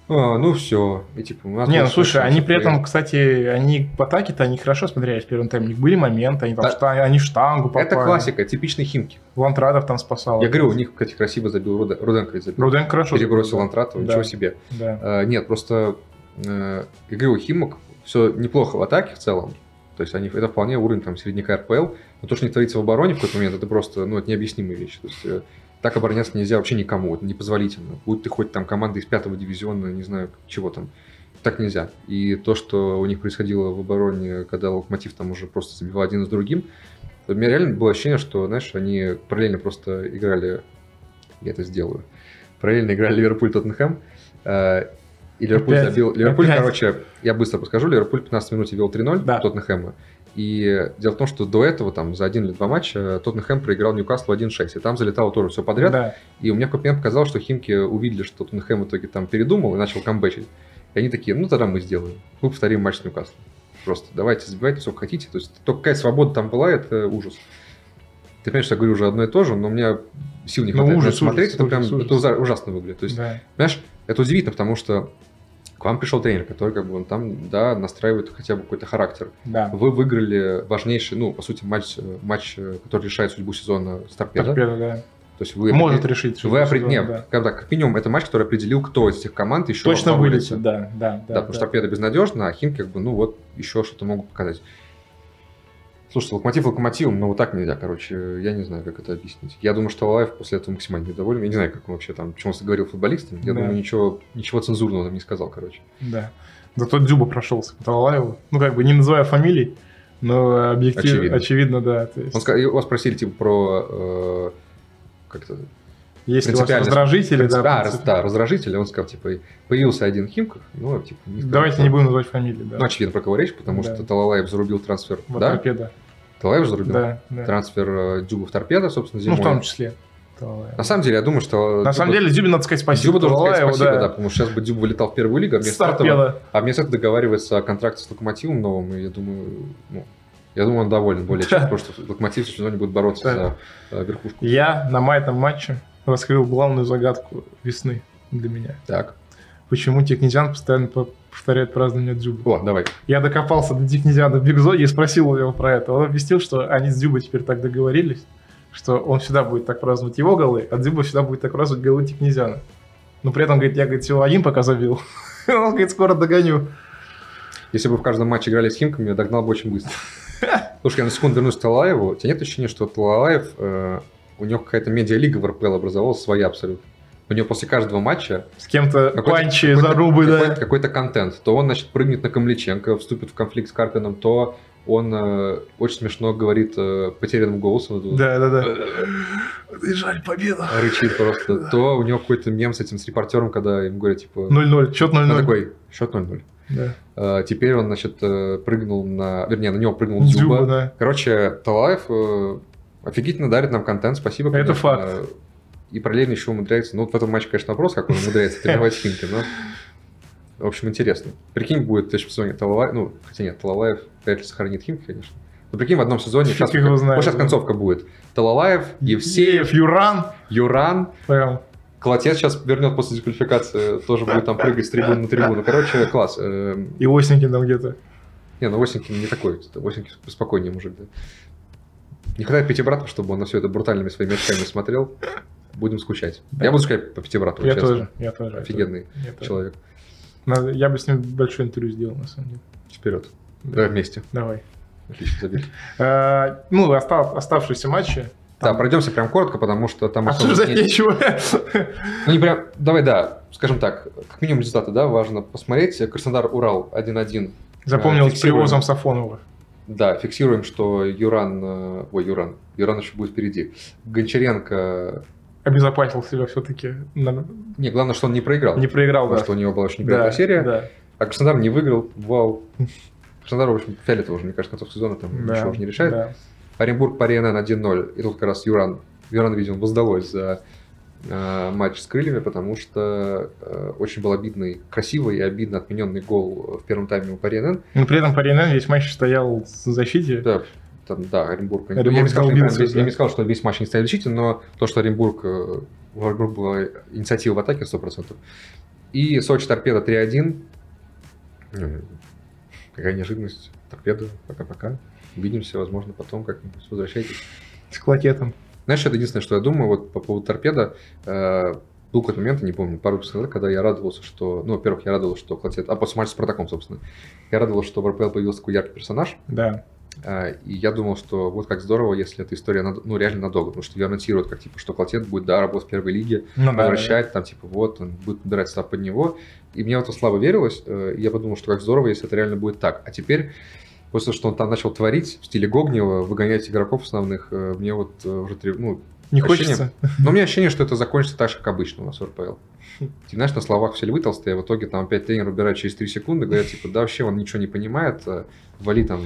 Speaker 2: «А, ну все. И типа, у нас
Speaker 1: Не, ну
Speaker 2: больше
Speaker 1: слушай,
Speaker 2: шансов
Speaker 1: они при этом,
Speaker 2: выиграть».
Speaker 1: кстати, они по атаке-то они хорошо смотрелись в первом тайме. У них были моменты, они там
Speaker 2: Да.
Speaker 1: шта- они в штангу попали.
Speaker 2: Это классика, типичные Химки.
Speaker 1: Лантрадов там спасал.
Speaker 2: Я говорю, у них, кстати, красиво забил Руда- Руденко, ведь забил.
Speaker 1: Руденко хорошо.
Speaker 2: Перебросил
Speaker 1: забил,
Speaker 2: Антратова,
Speaker 1: Да.
Speaker 2: ничего себе.
Speaker 1: Да.
Speaker 2: Э, нет, просто э, я говорю, у Химок все неплохо в атаке в целом. То есть они, это вполне уровень там, середняка РПЛ. Но то, что не творится в обороне в какой-то момент, это просто ну, это необъяснимая вещь. То есть, э, так обороняться нельзя вообще никому, это непозволительно. Будь ты хоть там команда из пятого дивизиона, не знаю чего там, так нельзя. И то, что у них происходило в обороне, когда Локомотив там уже просто забивал один с другим, у меня реально было ощущение, что, знаешь, они параллельно просто играли, я это сделаю, параллельно играли Ливерпуль-Тоттенхэм, э, и Ливерпуль
Speaker 1: Опять?
Speaker 2: забил. Ливерпуль,
Speaker 1: Опять?
Speaker 2: короче, я быстро подскажу. Ливерпуль в 15 минуте вел 3-0
Speaker 1: Да.
Speaker 2: Тоттенхэма. И дело в том, что до этого, там, за один или два матча, Тоттенхэм проиграл Ньюкаслу 1-6. И там залетало тоже все подряд.
Speaker 1: Да.
Speaker 2: И у меня в какой-то момент показалось, что Химки увидели, что Тоттенхэм в итоге там передумал и начал камбэчить. И они такие, ну тогда мы сделаем. Мы повторим матч с Ньюкаслом. Просто давайте забивайте сколько хотите. То есть только какая свобода там была, это ужас. Ты понимаешь, что я говорю уже одно и то же, но у меня сил не
Speaker 1: Ну,
Speaker 2: хватает на
Speaker 1: ужас,
Speaker 2: это смотреть.
Speaker 1: ужас,
Speaker 2: это прям
Speaker 1: ужас, ужас.
Speaker 2: это ужа- ужасно выглядит. То есть
Speaker 1: Да.
Speaker 2: Понимаешь, это удивительно, потому что к вам пришел тренер, который как бы он там, да, настраивает хотя бы какой-то характер.
Speaker 1: Да.
Speaker 2: Вы выиграли важнейший, ну, по сути, матч, э, матч э, который решает судьбу сезона с торпедо.
Speaker 1: Торпеда, да.
Speaker 2: То есть вы...
Speaker 1: Может решить.
Speaker 2: Вы
Speaker 1: что-
Speaker 2: опре- не,
Speaker 1: да.
Speaker 2: как, так, как минимум, это матч, который определил, кто из этих команд еще
Speaker 1: Точно
Speaker 2: вылетит.
Speaker 1: вылетит, да. Да, да,
Speaker 2: Да, потому что торпеда безнадежна, а Химки как бы, ну вот, еще что-то могут показать. Слушайте, локомотив локомотивом, но вот так нельзя, короче, я не знаю, как это объяснить. Я думаю, что Алаев после этого максимально недоволен. Я не знаю, как он вообще там, почему он говорил футболистам. Я
Speaker 1: Да.
Speaker 2: думаю, ничего, ничего цензурного там не сказал, короче.
Speaker 1: Да. Зато Дзюба прошелся по Талалаеву. Ну, как бы, не называя фамилий, но объектив...
Speaker 2: Очевидно.
Speaker 1: очевидно. да. то есть,
Speaker 2: Он сказал, и вас спросили, типа, про э, как это,
Speaker 1: если у вас
Speaker 2: принципиальность- А,
Speaker 1: раздражители, да,
Speaker 2: да, раз-
Speaker 1: принцип-
Speaker 2: да, раздражитель, он сказал, типа, появился один Химках, ну, типа, не сказал,
Speaker 1: Давайте
Speaker 2: что-
Speaker 1: не будем называть фамилии, да.
Speaker 2: Ну, очевидно, про кого речь, потому
Speaker 1: Да.
Speaker 2: что Талалаев зарубил трансфер,
Speaker 1: Вот
Speaker 2: да?
Speaker 1: торпеда.
Speaker 2: Талалаев зарубил
Speaker 1: Да, да.
Speaker 2: трансфер э, Дзюба в торпедо, собственно,
Speaker 1: Ну,
Speaker 2: зимой.
Speaker 1: в том числе. Талалаев.
Speaker 2: На самом деле, я думаю, что...
Speaker 1: На самом деле, Дзюбе надо сказать спасибо.
Speaker 2: Дзюба должен сказать
Speaker 1: Талалаеву,
Speaker 2: спасибо, да. потому что сейчас бы Дзюба вылетал в первую лигу,
Speaker 1: С
Speaker 2: а вместо этого,
Speaker 1: торпеда.
Speaker 2: а вместо этого договаривается о контракте с Локомотивом новым, и я думаю, ну, я думаю, он доволен более чем,
Speaker 1: Да.
Speaker 2: потому что Локомотив в следующем сезоне будет бороться
Speaker 1: Да.
Speaker 2: за э, верхушку.
Speaker 1: Я на майном матче раскрыл главную загадку весны для меня.
Speaker 2: Так,
Speaker 1: Почему Технизян постоянно по- повторяет празднование Дзюбы?
Speaker 2: о, давай.
Speaker 1: Я докопался до Дикнезиана в Бигзоне и спросил у него про это. Он объяснил, что они с Дзюбой теперь так договорились, что он всегда будет так праздновать его голы, а Дзюба всегда будет так праздновать голы Дикнезиана. Но при этом, говорит, я, говорит, всего один пока забил. Он, говорит, скоро догоню.
Speaker 2: Если бы в каждом матче играли с Химками, я догнал бы очень быстро. Слушай, я на секунду вернусь к Талалаеву. У тебя нет ощущения, что Талалаев, э, у него какая-то медиалига в РПЛ образовалась своя абсолютно? У него после каждого матча
Speaker 1: С кем-то
Speaker 2: Какой-то-
Speaker 1: панчи,
Speaker 2: какой-то-
Speaker 1: зарубы,
Speaker 2: какой-то,
Speaker 1: да.
Speaker 2: какой-то контент. То он, значит, прыгнет на Камличенко, вступит в конфликт с Карпином, то он э, очень смешно говорит э, потерянным голосом. вот
Speaker 1: Да, да, да. И жаль, победа.
Speaker 2: это Рычит просто. То у него какой-то мем с этим, с репортером, когда им говорят, типа...
Speaker 1: 0-0, счет
Speaker 2: он
Speaker 1: 0-0.
Speaker 2: такой, счет 0-0.
Speaker 1: Да.
Speaker 2: Э, теперь он, значит, э, прыгнул на... Вернее, на него прыгнул Дзюба.
Speaker 1: Дзюба, да.
Speaker 2: Короче, Талаев э, офигительно дарит нам контент, спасибо.
Speaker 1: Это факт.
Speaker 2: Э, И параллельно еще умудряется, ну вот в этом матче, конечно, вопрос, как он умудряется тренировать Химки, но в общем интересно. Прикинь, будет в следующем сезоне Талалаев, ну хотя нет, Талалаев вряд ли сохранит Химки, конечно. Но прикинь, в одном сезоне,
Speaker 1: Фиг
Speaker 2: сейчас,
Speaker 1: его знает,
Speaker 2: вот сейчас
Speaker 1: да.
Speaker 2: концовка будет. Талалаев, Евсеев,
Speaker 1: Юран.
Speaker 2: Юран,
Speaker 1: Прям.
Speaker 2: Колотец сейчас вернет после дисквалификации, тоже будет там прыгать с трибуны на трибуну. Короче, класс. Эм,
Speaker 1: И Осенькин там где-то.
Speaker 2: не, ну Осенькин не такой. Осенькин спокойнее мужик, да. Не хватает пятибрата, чтобы он на все это брутальными своими очками смотрел. Будем скучать. Я буду скучать по пятибрату,
Speaker 1: Я
Speaker 2: честно.
Speaker 1: тоже, я тоже.
Speaker 2: Офигенный
Speaker 1: Я тоже.
Speaker 2: человек.
Speaker 1: Надо- Я бы с ним большое интервью сделал, на самом деле.
Speaker 2: Вперед.
Speaker 1: Да.
Speaker 2: Давай вместе.
Speaker 1: Давай.
Speaker 2: Отлично, забили.
Speaker 1: Э, Ну, остав- оставшиеся матчи.
Speaker 2: Да,
Speaker 1: Там
Speaker 2: пройдемся прям коротко, потому что там особо
Speaker 1: Обсуждать
Speaker 2: нет-
Speaker 1: нечего.
Speaker 2: Ну, не прям... Давай, да, скажем так, как минимум результаты, да, важно посмотреть. Краснодар-Урал 1-1.
Speaker 1: Запомнил с
Speaker 2: Фиксируем.
Speaker 1: привозом Сафонова.
Speaker 2: Да, фиксируем, что Юран... э, Ой, Юран. Юран еще будет впереди. Гончаренко...
Speaker 1: Обезопасил себя все-таки.
Speaker 2: Не, главное, что он не проиграл.
Speaker 1: Не проиграл,
Speaker 2: потому
Speaker 1: да.
Speaker 2: что у него была
Speaker 1: Да,
Speaker 2: очень неприятная серия.
Speaker 1: да.
Speaker 2: А Краснодар не выиграл, вау. Краснодар, в общем, фиолетово уже, мне кажется, концов сезона там
Speaker 1: Да,
Speaker 2: ничего уже не решает.
Speaker 1: да.
Speaker 2: Оренбург по 1-0. И тут как раз Юран, Юран, видимо, воздалось за э, матч с крыльями, потому что э, очень был обидный, красивый и обидно отмененный гол в первом тайме у Париенен.
Speaker 1: Но при этом Паринен весь матч стоял в защите.
Speaker 2: Да, там, да, Оренбург.
Speaker 1: Оренбург
Speaker 2: я, не сказал, что, они прям
Speaker 1: долбился,
Speaker 2: весь- я
Speaker 1: да.
Speaker 2: не сказал, что весь матч не стоял в защите, но то, что Оренбург, э, у Оренбурга была инициатива в атаке 100%. И Сочи Торпеда 3-1. М, Э, Какая неожиданность. Торпеда, пока-пока. Увидимся, возможно, потом как-нибудь возвращайтесь.
Speaker 1: С клакетом.
Speaker 2: Знаешь, это единственное, что я думаю вот по поводу торпеда. э, был какой-то момент, я не помню, пару выпусков назад, когда я радовался, что... Ну, во-первых, я радовался, что Клотет... А после матча с Протоком, собственно. Я радовался, что в РПЛ появился такой яркий персонаж.
Speaker 1: Да.
Speaker 2: А, И я думал, что вот как здорово, если эта история, над- ну, реально надолго. Потому что ее анонсируют как, типа, что Клотет будет, да, работать в первой лиге,
Speaker 1: Ну, да,
Speaker 2: возвращать, там, типа, вот, он будет набирать состав под него. И мне в это слабо верилось. э, и я подумал, что как здорово, если это реально будет так. А теперь, после того, что он там начал творить в стиле Гогнева, выгонять игроков основных, э, мне вот э, уже... трев- Ну,
Speaker 1: да. Не
Speaker 2: Ощущение-
Speaker 1: хочется.
Speaker 2: но у меня ощущение, что это закончится так же, как обычно у нас в РПЛ. Ты знаешь, на словах все львы толстые, а в итоге там опять тренер убирает через 3 секунды, говорят, типа, да вообще он ничего не понимает, э, вали там...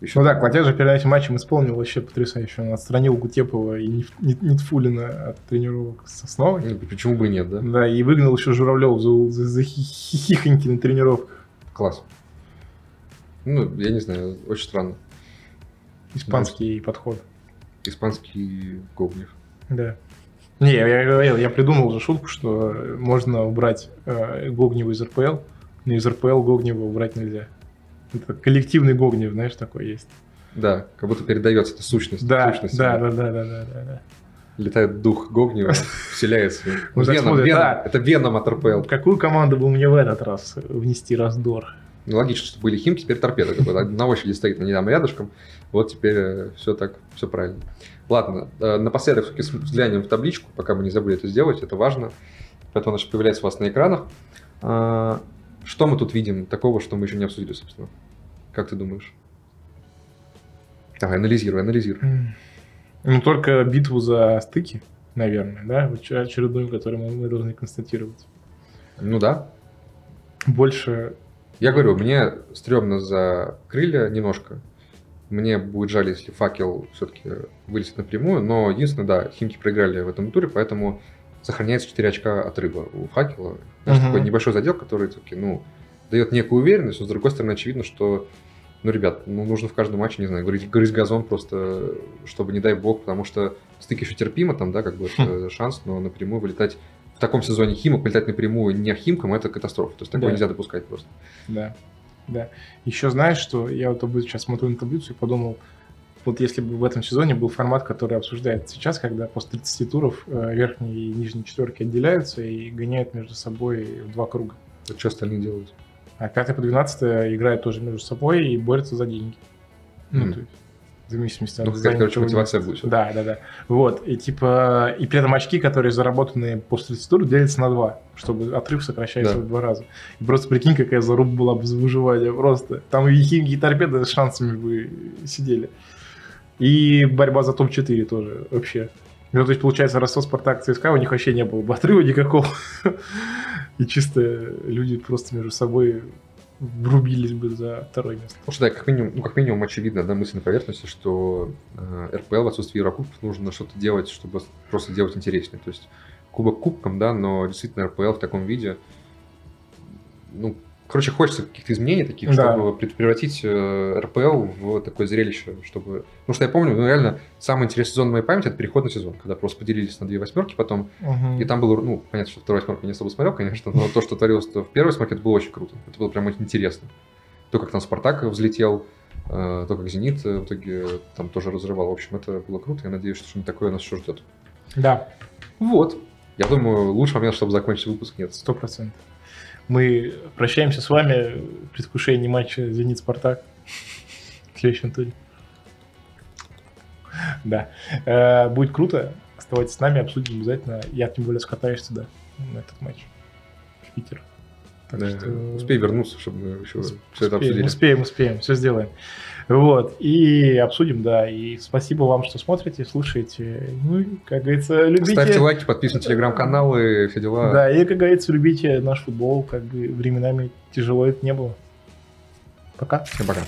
Speaker 2: еще
Speaker 1: Ну да, Клотет же перед этим матчем исполнил вообще потрясающе. Он отстранил Гутепова и Нит- Нит- Нитфулина от тренировок с Сосновой.
Speaker 2: Ну, Почему бы и нет, да?
Speaker 1: Да, и выгнал еще Журавлев за, за, за хи- хи- хихоньки на тренировках.
Speaker 2: Класс. Ну, я не знаю, очень странно.
Speaker 1: Испанский подход.
Speaker 2: Испанский Гогнев.
Speaker 1: Да. Не, я, я говорил, я придумал уже шутку, что можно убрать э, Гогнева из РПЛ, но из РПЛ Гогнева убрать нельзя. Это коллективный Гогнев, знаешь, такой есть.
Speaker 2: Да, как будто передается эта сущность.
Speaker 1: Да,
Speaker 2: сущность.
Speaker 1: да, да, да, да, да, да, да.
Speaker 2: Летает дух Гогнева, вселяется.
Speaker 1: Ну, так
Speaker 2: Веном,
Speaker 1: смотрит,
Speaker 2: Веном.
Speaker 1: да.
Speaker 2: Это Веном от РПЛ.
Speaker 1: Какую команду бы мне в этот раз внести раздор?
Speaker 2: Ну, логично, что были химки, теперь торпеда. Как бы, на очереди стоит, они там рядышком. Вот теперь все так, все правильно. Ладно, э, напоследок все-таки взглянем в табличку, пока мы не забыли это сделать, это важно. Поэтому она же появляется у вас на экранах. А, Что мы тут видим такого, что мы еще не обсудили, собственно? Как ты думаешь? Давай, анализируй, анализируй.
Speaker 1: М. Ну, только битву за стыки, наверное, да? вот ча- Очередную, которую мы- мы должны констатировать.
Speaker 2: Ну да,
Speaker 1: Больше...
Speaker 2: Я говорю, мне стрёмно за крылья немножко. Мне будет жаль, если факел все-таки вылезет напрямую. Но единственное, да, химки проиграли в этом туре, поэтому сохраняется 4 очка отрыва у факела. Знаешь,
Speaker 1: Мгм.
Speaker 2: такой небольшой задел, который все-таки, ну, дает некую уверенность, но с другой стороны, очевидно, что ну, ребят, ну, нужно в каждом матче, не знаю, грызть, грызть газон просто, чтобы не дай бог, потому что стыки еще терпимо, там, да, как бы
Speaker 1: Хм.
Speaker 2: это шанс, но напрямую вылетать в таком сезоне химок, вылетать напрямую не химкам, это катастрофа. То есть такое
Speaker 1: Да.
Speaker 2: нельзя допускать просто.
Speaker 1: Да, да. Еще знаешь, что я вот обы- сейчас смотрю на таблицу и подумал, вот если бы в этом сезоне был формат, который обсуждает сейчас, когда после 30 туров э, верхние и нижние четверки отделяются и гоняют между собой в два круга.
Speaker 2: А что остальные делают?
Speaker 1: А 5 по 12 играют тоже между собой и борются за деньги. Ну,
Speaker 2: Мгм.
Speaker 1: то есть, в зависимости
Speaker 2: Ну,
Speaker 1: от
Speaker 2: какая-то,
Speaker 1: занятого
Speaker 2: короче,
Speaker 1: места.
Speaker 2: мотивация будет.
Speaker 1: Да, да, да. Вот, и типа, и при этом очки, которые заработаны после 30 тура, делятся на 2, чтобы отрыв сокращается
Speaker 2: Да.
Speaker 1: в два раза. И просто прикинь, какая заруба была бы за выживание, просто. Там и Хинги, и Торпеда с шансами бы сидели. И борьба за топ-4 тоже вообще. Ну, то есть, получается, Ростов, Спартак, ЦСКА, у них вообще не было бы отрыва никакого. И чисто люди просто между собой врубились бы за второе место.
Speaker 2: Потому что, да, как минимум, ну, как минимум, очевидно, одна мысль на поверхности, что э, РПЛ в отсутствии Еврокубков нужно что-то делать, чтобы просто делать интереснее. То есть кубок кубком, да, но действительно РПЛ в таком виде, ну, короче, хочется каких-то изменений таких,
Speaker 1: Да.
Speaker 2: чтобы пред- превратить э, РПЛ в такое зрелище, чтобы... Потому что я помню, ну, реально, самый интересный сезон в моей памяти — это переходный сезон, когда просто поделились на две восьмерки, потом И там было, ну, понятно, что второй восьмерку я не особо смотрел, конечно, но то, что творилось в первой восьмерке, это было очень круто. Это было прям очень интересно. То, как там Спартак взлетел, э, то, как Зенит э, в итоге там тоже разрывал. В общем, это было круто. Я надеюсь, что что-нибудь такое нас еще ждет.
Speaker 1: Да,
Speaker 2: Вот. Я думаю, лучший момент, чтобы закончить выпуск, нет.
Speaker 1: Сто процентов. Мы прощаемся с вами в предвкушении матча «Зенит-Спартак» в следующем туре. Да. Э, Будет круто. Оставайтесь с нами, обсудим обязательно. Я тем более скатаюсь туда, на этот матч. В Питер. Так
Speaker 2: Да.
Speaker 1: что-
Speaker 2: Успей вернуться, чтобы мы еще
Speaker 1: Усп-
Speaker 2: все это
Speaker 1: успеем,
Speaker 2: обсудили.
Speaker 1: успеем, все сделаем. Вот, и обсудим, да, и спасибо вам, что смотрите, слушаете, ну, и, как говорится, любите.
Speaker 2: Ставьте лайки, подписывайтесь на телеграм-каналы, все дела.
Speaker 1: Да, и, как говорится, любите наш футбол, как бы временами тяжело это не было. Пока.
Speaker 2: Всем пока.